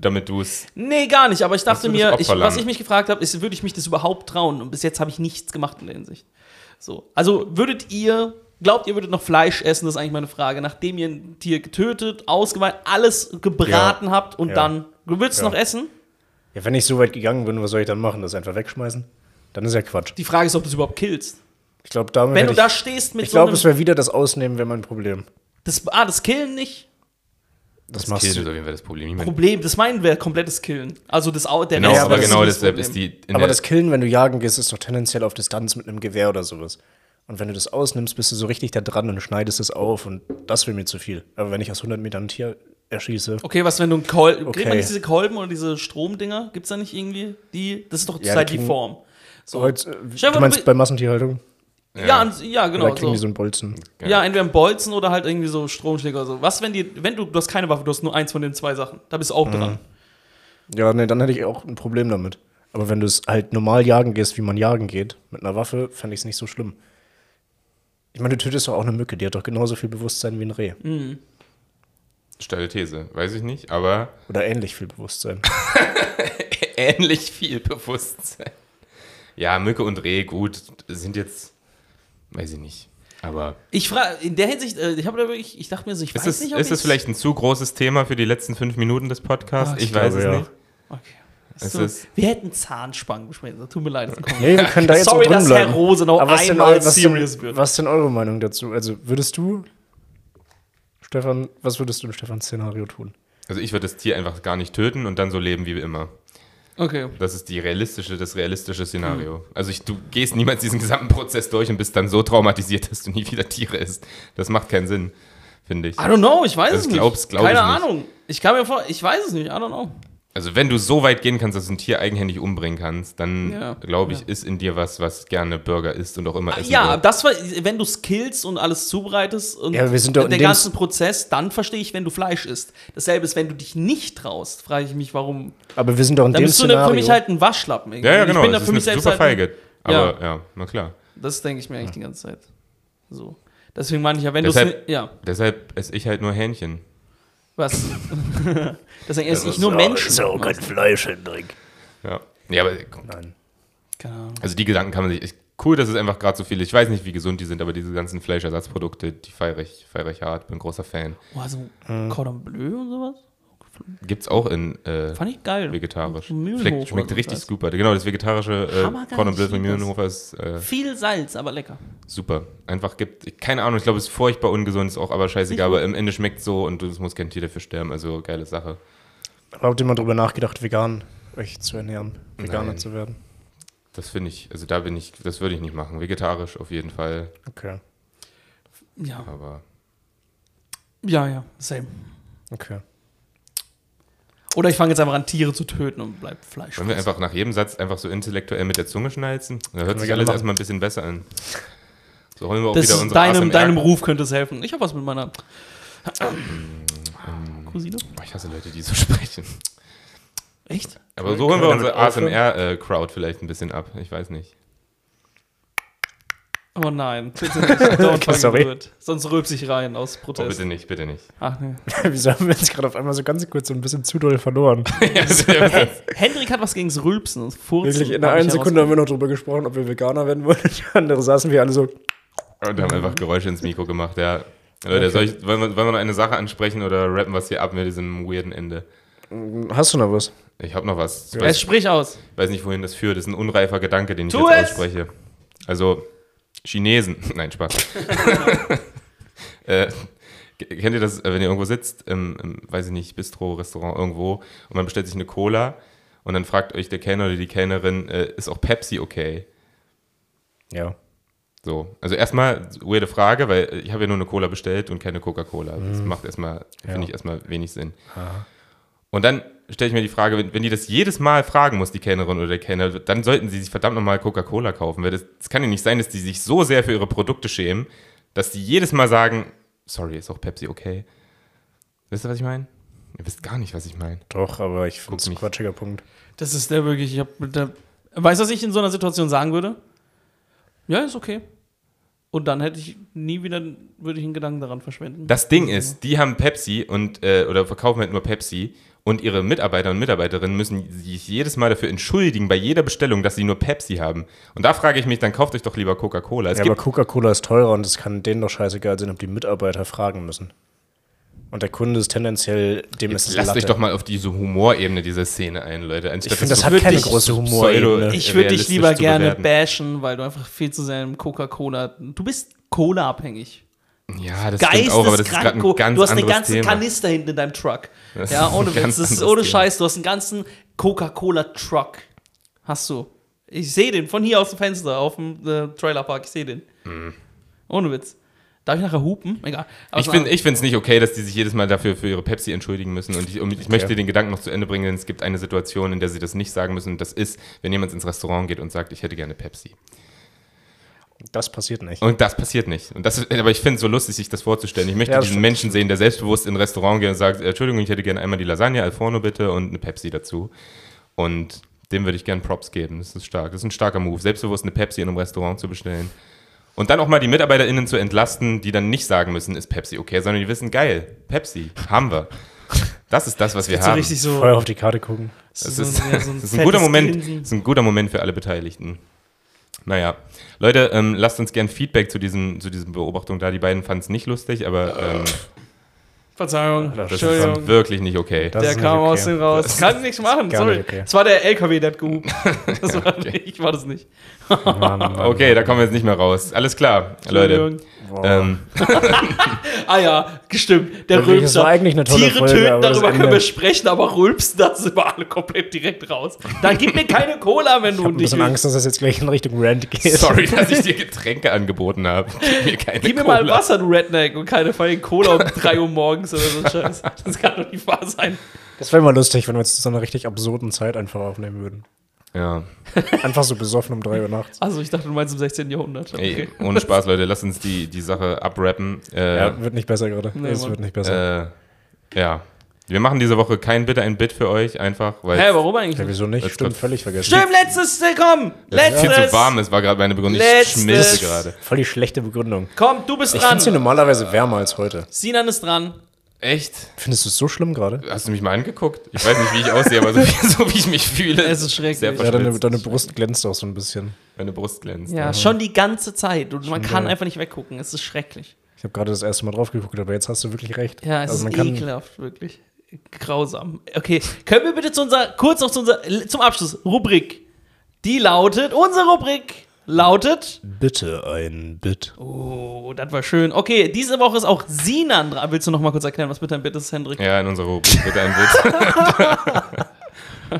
damit du es. Nee, gar nicht, aber ich dachte du das mir, ich, Opferlamm? was ich mich gefragt habe, ist, würde ich mich das überhaupt trauen? Und bis jetzt habe ich nichts gemacht in der Hinsicht. So. Also, würdet ihr, glaubt ihr, würdet noch Fleisch essen? Das ist eigentlich meine Frage. Nachdem ihr ein Tier getötet, ausgeweiht, alles gebraten habt und Ja. dann. Würdest du Ja. noch essen? Ja, wenn ich so weit gegangen bin, was soll ich dann machen? Das einfach wegschmeißen? Dann ist ja Quatsch. Die Frage ist, ob du es überhaupt killst. Ich glaube, damit. Wenn hätte du ich da stehst mit ich so glaube, einem. es wäre wieder das Ausnehmen, wäre mein Problem. Das, ah, das Killen nicht. Das, Das machst Killen ist du. auf jeden Fall das Problem. Ich mein, Problem, das meinen wir komplettes Killen. Also das Au der genau, Rest Ja, aber ist genau das deshalb Problem. ist die. In Aber der, das Killen, wenn du jagen gehst, ist doch tendenziell auf Distanz mit einem Gewehr oder sowas. Und wenn du das ausnimmst, bist du so richtig da dran und schneidest es auf und das wäre mir zu viel. Aber wenn ich aus 100 Metern ein Tier erschieße, Okay, was, wenn du einen Kolben. Okay. Kriegt man nicht diese Kolben oder diese Stromdinger? Gibt's da nicht irgendwie die? Das ist doch Ja, die halt die kriegen- Form. So. Holz, äh, Stell dir mal, du meinst du- bei Massentierhaltung? ja, Ja. an- ja, Genau, genau. da kriegen die so. so einen Bolzen. ja. entweder ein Bolzen oder halt irgendwie so Stromschläger oder so. Was, wenn die, wenn du, du hast keine Waffe, du hast nur eins von den zwei Sachen. Da bist du auch dran. Ja, nee, dann hätte ich auch ein Problem damit. Aber wenn du es halt normal jagen gehst, wie man jagen geht, mit einer Waffe, fände ich es nicht so schlimm. Ich meine, du tötest doch auch eine Mücke, die hat doch genauso viel Bewusstsein wie ein Reh. Hm. steile These, weiß ich nicht, aber Oder ähnlich viel Bewusstsein. ähnlich viel Bewusstsein. Ja, Mücke und Reh, gut, sind jetzt. Weiß ich nicht. Aber Ich frage, in der Hinsicht, äh, ich habe da wirklich, ich dachte mir so, ich ist weiß es, nicht, ob ist es ich's- vielleicht ein zu großes Thema für die letzten fünf Minuten des Podcasts? Ach, ich ich weiß glaube, es ja. nicht. Okay. Es So, ist- wir hätten Zahnspangen besprechen. Tut mir leid. das ist ein Kommentar. Nee, wir können da jetzt Sorry, auch drin dass bleiben. Herr Rose noch Aber was denn, einmal eu- was serious denn, wird. Was denn eure Meinung dazu? Also würdest du, Stefan, was würdest du in Stefans Szenario tun? Also ich würde das Tier einfach gar nicht töten und dann so leben wie immer. Okay. Das ist die realistische, das realistische Szenario. Hm. Also ich, du gehst niemals diesen gesamten Prozess durch und bist dann so traumatisiert, dass du nie wieder Tiere isst. Das macht keinen Sinn, finde ich. I don't know, ich weiß Also es ich nicht. glaub's- glaub Keine ich nicht. Ahnung. Ich kann mir vor, ich weiß es nicht, I don't know. Also wenn du so weit gehen kannst, dass du ein Tier eigenhändig umbringen kannst, dann Ja. glaube ich, Ja. Ah, ist in dir was, was gerne Burger isst und auch immer essen Ja, will. das war, wenn du skillst und alles zubereitest und Ja, aber wir sind doch in den dem- ganzen Prozess, dann verstehe ich, wenn du Fleisch isst. Dasselbe ist, wenn du dich nicht traust, frage ich mich, warum. Aber wir sind doch in Dann dem bist du ne, Szenario. für mich halt ein Waschlappen. irgendwie. Ja, ja, genau. Ich bin da Das für mich ist eine selbst super halt ein, feige. Aber ja. na klar. Das denke ich mir eigentlich die ganze Zeit. So. Deswegen meine ich ja, wenn du Deshalb- Ja, Deshalb esse ich halt nur Hähnchen. was? Deswegen esse ich nur Menschen. So, kein Fleisch, Hendrik. Ja, ja aber komm, Nein. Keine Ahnung. also die Gedanken kann man sich. Ich, cool, dass es einfach gerade so viel. Ich weiß nicht, wie gesund die sind, aber diese ganzen Fleischersatzprodukte, die feiere ich, feiere ich hart. Bin großer Fan. Oh, also Hm. Cordon Bleu und sowas? Gibt's auch in äh, Fand ich geil. vegetarisch. Mühlenhof Schmeckt, oder schmeckt so richtig heißt. super. Genau, das vegetarische Hammer äh, geil, Cordon Bleu ich von lieb das. Mühlenhofer ist äh, Viel Salz, aber lecker. super. Einfach gibt, keine Ahnung, ich glaube, es ist furchtbar ungesund, ist auch aber scheißegal, aber im Ende schmeckt so und es muss kein Tier dafür sterben. Also geile Sache. Aber habt ihr mal drüber nachgedacht, vegan euch zu ernähren, Veganer Nein. zu werden? Das finde ich, also da bin ich, das würde ich nicht machen. Vegetarisch auf jeden Fall, Okay, Ja, aber ja, ja, same. okay. Oder ich fange jetzt einfach an, Tiere zu töten und bleib Fleisch. Wollen wir fressen. einfach nach jedem Satz einfach so intellektuell mit der Zunge schnalzen? Da hört wir sich gerne alles machen. erstmal ein bisschen besser an. So holen wir auch Das wieder ist unsere deinem, ASMR deinem Ruf könnte es helfen. Ich habe was mit meiner Cousine. Oh, Ich hasse Leute, die so sprechen. Echt? Aber so holen wir Können wir unsere damit aufhören? ASMR-Crowd äh, vielleicht ein bisschen ab. Ich weiß nicht. Oh nein, bitte nicht. Don't fucking Sorry. do it. Sonst rülps ich rein aus Oh, Protest. bitte nicht, bitte nicht. Ach nee. Wieso haben wir uns gerade auf einmal so ganz kurz so ein bisschen zu doll verloren? Hendrik hat was gegens Rülpsen und Furzen. Wirklich, in der hab ich einen Sekunde haben wir noch drüber gesprochen, ob wir Veganer werden wollen. In der anderen saßen wir alle so. Und haben Mhm. einfach Geräusche ins Mikro gemacht, ja. Leute, soll ich, wollen, wir, wollen wir noch eine Sache ansprechen oder rappen wir es hier ab mit diesem weirden Ende? "Hm, Hast du noch was? Ich habe noch was. Ich Es weiß, sprich aus. weiß nicht, wohin das führt. Das ist ein unreifer Gedanke, den ich Tu es! jetzt ausspreche. Also, Chinesen. Nein, Spaß. äh, k- kennt ihr das, äh, wenn ihr irgendwo sitzt, im, im, weiß ich nicht, Bistro, Restaurant, irgendwo, und man bestellt sich eine Cola und dann fragt euch der Kellner oder die Kellnerin, äh, ist auch Pepsi okay? Ja. So, also erstmal weirde Frage, weil äh, ich habe ja nur eine Cola bestellt und keine Coca-Cola. Das macht erstmal, finde ich erstmal wenig Sinn. Und dann stelle ich mir die Frage, wenn, wenn die das jedes Mal fragen muss, die Kellnerin oder der Kellner, dann sollten sie sich verdammt nochmal Coca-Cola kaufen, weil das, das kann ja nicht sein, dass die sich so sehr für ihre Produkte schämen, dass die jedes Mal sagen, sorry, ist auch Pepsi okay. Wisst ihr, was ich meine? Ihr wisst gar nicht, was ich meine. Doch, aber ich finde es ein mich. quatschiger Punkt. Das ist der wirklich. Ich hab mit der, weißt du, was ich in so einer Situation sagen würde? Ja, ist okay. Und dann hätte ich nie wieder, würde ich einen Gedanken daran verschwenden. Das Ding ist, die haben Pepsi und äh, oder verkaufen halt nur Pepsi und ihre Mitarbeiter und Mitarbeiterinnen müssen sich jedes Mal dafür entschuldigen bei jeder Bestellung, dass sie nur Pepsi haben. Und da frage ich mich, dann kauft euch doch lieber Coca-Cola. Es Ja, aber gibt Coca-Cola ist teurer und es kann denen doch scheißegal sein, ob die Mitarbeiter fragen müssen. Und der Kunde ist tendenziell, dem ist es Lasst Latte. euch doch mal auf diese Humorebene dieser Szene ein, Leute. Anstatt ich finde, so das hat würd keine ich- große pseudo- Humorebene. ich würde dich lieber realistisch zu gerne bewerten. bashen, weil du einfach viel zu sehr im Coca-Cola. Du bist Cola-abhängig. Ja, das stimmt auch, aber das ist gerade Geisteskrank. ein ganz Du hast einen anderes ganzen Thema. Kanister hinten in deinem Truck. Das ja, ist ein ohne Witz. ganz Das ist anderes ohne Thema. Scheiß. Du hast einen ganzen Coca-Cola-Truck. Hast du. Ich sehe den von hier aus dem Fenster auf dem äh, Trailerpark. Ich sehe den. Ohne Witz. Darf ich nachher hupen? Egal. Aber Mhm. Ich so- finde es nicht okay, dass die sich jedes Mal dafür für ihre Pepsi entschuldigen müssen. Und ich, und ich möchte den Gedanken noch zu Ende bringen, denn es gibt eine Situation, in der sie das nicht sagen müssen. Und das ist, wenn jemand ins Restaurant geht und sagt, ich hätte gerne Pepsi. Das passiert nicht. Und das passiert nicht. Und das, aber ich finde es so lustig, sich das vorzustellen. Ich möchte Ja, das diesen stimmt. Menschen sehen, der selbstbewusst in ein Restaurant geht und sagt, äh, Entschuldigung, ich hätte gerne einmal die Lasagne al forno bitte und eine Pepsi dazu. Und dem würde ich gerne Props geben. Das ist stark. Das ist ein starker Move, selbstbewusst eine Pepsi in einem Restaurant zu bestellen. Und dann auch mal die MitarbeiterInnen zu entlasten, die dann nicht sagen müssen, ist Pepsi okay, sondern die wissen, geil, Pepsi, haben wir. Das ist das, was wir so haben. richtig so. Vorher auf die Karte gucken. Das so- ist, ja, so das ist ein guter fettes Moment. Grinsen. Das ist ein guter Moment für alle Beteiligten. Naja, Leute, ähm, lasst uns gern Feedback zu diesem zu diesen Beobachtungen da. Die beiden fanden es nicht lustig, aber ähm, Verzeihung. das ist dann Entschuldigung. wirklich nicht okay. Das Der ist nicht kam okay. aus dem raus. Kann nichts machen. gar Sorry. nicht okay. Es war der LKW, der hat gehupt. Das war nicht, ich war das nicht. Mann, Mann. Okay, da kommen wir jetzt nicht mehr raus. Alles klar, Leute. Entschuldigung. Boah. Ähm, Ah ja, gestimmt. Der Wirklich, das Rülpser. war eigentlich eine tolle Tiere Folge, töten, aber das darüber können Ende- wir sprechen, aber Rülpsen, da sind wir alle komplett direkt raus. Dann gib mir keine Cola, wenn ich du habe ein nicht bisschen willst. Angst, dass das jetzt gleich in Richtung Rant geht. sorry, dass ich dir Getränke angeboten habe. Gib mir keine Gib mir Cola. mal Wasser, du Redneck, und keine fucking Cola um 3 Uhr morgens oder so ein Scheiß. Das kann doch nicht wahr sein. Das wäre mal lustig, wenn wir jetzt zu so einer richtig absurden Zeit einfach aufnehmen würden. Ja. Einfach so besoffen um 3 Uhr nachts. Also ich dachte, du meinst im 16. Jahrhundert. Ey, Okay. ohne Spaß, Leute, lasst uns die, die Sache abrappen. Äh, Ja, wird nicht besser gerade. Nee, es Mann. wird nicht besser. äh, ja. Wir machen diese Woche kein Bitte, ein Bit für euch, einfach, weil Hä, warum eigentlich? ja, nicht? wieso nicht? das Stimmt, kommt- völlig vergessen. Stimmt, letztes, äh, komm! es Letztes! viel zu warm ist, war gerade meine Begründung. Ich Letztes. schmilze gerade. Voll die schlechte Begründung. Komm, du bist Ich dran. finde es hier normalerweise wärmer als heute. Sinan ist dran. Echt? Findest du es so schlimm gerade? Hast du mich mal angeguckt? Ich weiß nicht, wie ich aussehe, aber so wie, so wie ich mich fühle. Es ist schrecklich. Sehr Ja, Ja, deine, verschwitzt. deine Brust glänzt auch so ein bisschen. Meine Brust glänzt. Ja, schon die ganze Zeit. Und man kann geil. einfach nicht weggucken. Es ist schrecklich. Ich habe gerade das erste Mal drauf geguckt, aber jetzt hast du wirklich recht. Ja, es Also man ist kann- ekelhaft, wirklich. Grausam. Okay, können wir bitte zu unserer, kurz noch zu unserer, zum Abschluss, Rubrik. Die lautet, unsere Rubrik lautet. Bitte ein Bit. Oh, das war schön. Okay, diese Woche ist auch Sinan dran. Willst du noch mal kurz erklären, was bitte ein Bit ist, Hendrik? Ja, in unserer Rubrik bitte ein Bit.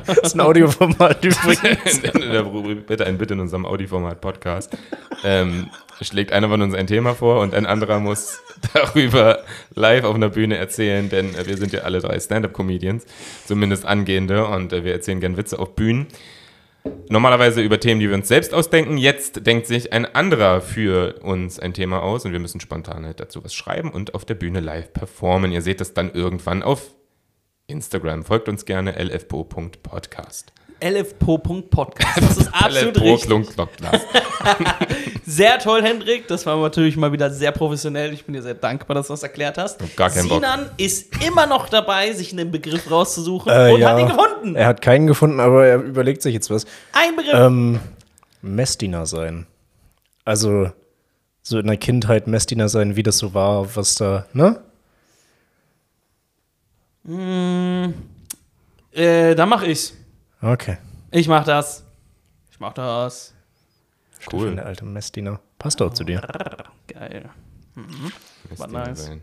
Das ist ein Audioformat übrigens. in, in der Rubrik bitte ein Bit in unserem Audi-Format-Podcast. Ähm, schlägt einer von uns ein Thema vor und ein anderer muss darüber live auf einer Bühne erzählen, denn äh, wir sind ja alle drei Stand-Up-Comedians, zumindest angehende, und äh, wir erzählen gern Witze auf Bühnen. Normalerweise über Themen, die wir uns selbst ausdenken. Jetzt denkt sich ein anderer für uns ein Thema aus und wir müssen spontan halt dazu was schreiben und auf der Bühne live performen. Ihr seht das dann irgendwann auf Instagram. Folgt uns gerne lfbo.podcast. lfpo.podcast. Das ist absolut LFBO richtig. klunk, klonk, klonk. Sehr toll, Hendrik. Das war natürlich mal wieder sehr professionell. Ich bin dir sehr dankbar, dass du das erklärt hast. gar keinen Bock. Sinan ist immer noch dabei, sich einen Begriff rauszusuchen Äh, und ja. hat ihn gefunden. Er hat keinen gefunden, aber er überlegt sich jetzt was. Ein Begriff. Ähm, Messdiener sein. Also so in der Kindheit Messdiener sein, wie das so war, was da, ne? Äh, dann mach ich's. Okay. Ich mach das. Ich mach das. Cool. Der alte Messdiener. Passt doch zu dir. Geil. Messdiener nice. sein.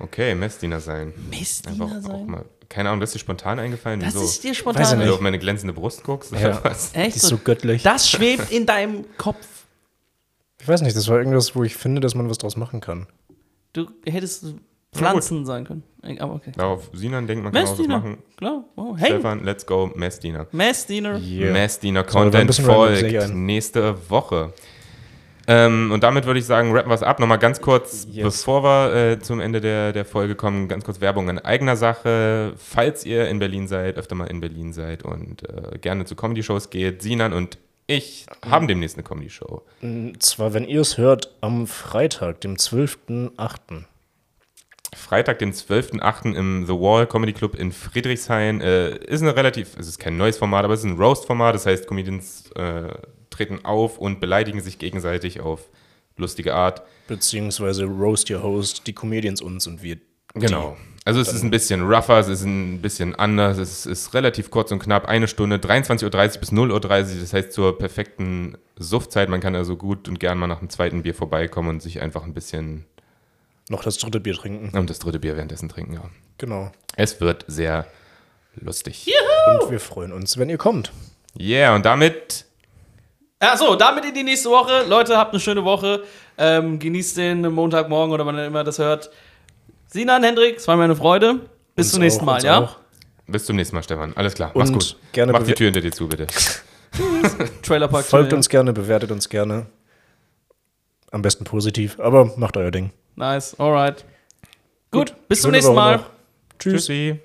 Okay, Messdiener sein. Einfach Messdiener auch sein. mal. Keine Ahnung, das ist dir spontan eingefallen. Das Wieso? ist dir Weiß Also ich spontan. Weil nicht. du auf meine glänzende Brust guckst oder Ja. was? Echt? Die ist so göttlich. Das schwebt in deinem Kopf. Ich weiß nicht, das war irgendwas, wo ich finde, dass man was draus machen kann. Du hättest Pflanzen sein können. Äh, Aber okay. Darauf Sinan denkt man kann auch was Messdiener. machen. Klar. Wow. Hey, Stefan, let's go, Messdiener. Messdiener. Messdiener So, wir waren ein Content bisschen random, sehe ich folgt ein. nächste Woche. Ähm, und damit würde ich sagen, rappen wir es ab. Nochmal ganz kurz, Yes. bevor wir äh, zum Ende der, der Folge kommen, ganz kurz Werbung in eigener Sache. Falls ihr in Berlin seid, öfter mal in Berlin seid und äh, gerne zu Comedy-Shows geht, Sinan und ich Mhm. haben demnächst eine Comedy-Show. Und zwar, wenn ihr es hört, am Freitag, dem 12.8. Freitag, den 12.8. im The Wall Comedy Club in Friedrichshain. Äh, ist eine relativ, es ist kein neues Format, aber es ist ein Roast-Format. Das heißt, Comedians äh, treten auf und beleidigen sich gegenseitig auf lustige Art. Beziehungsweise Roast Your Host, die Comedians uns und wir. Genau. Also es ist ein bisschen rougher, es ist ein bisschen anders, es ist relativ kurz und knapp, eine Stunde, 23.30 Uhr bis 0.30 Uhr, das heißt zur perfekten Suchtzeit. Man kann also gut und gern mal nach dem zweiten Bier vorbeikommen und sich einfach ein bisschen Noch das dritte Bier trinken. und das dritte Bier währenddessen trinken. Ja. Genau. Es wird sehr lustig. Und wir freuen uns, wenn ihr kommt. Yeah, und damit Achso, damit in die nächste Woche. Leute, habt eine schöne Woche. Ähm, genießt den Montagmorgen oder wann ihr immer das hört. Sinan, Hendrik, es war mir eine Freude. Bis Uns zum nächsten auch, Mal, uns ja? auch. Bis zum nächsten Mal, Stefan. Alles klar. Und Mach's gut. gerne Mach die bewer- Tür hinter dir zu, bitte. Trailerpark Folgt Junior. uns gerne, bewertet uns gerne. Am besten positiv, aber macht euer Ding. Nice, alright. Gut, bis zum Schöne nächsten Woche Mal. noch. Tschüss. Tschüssi.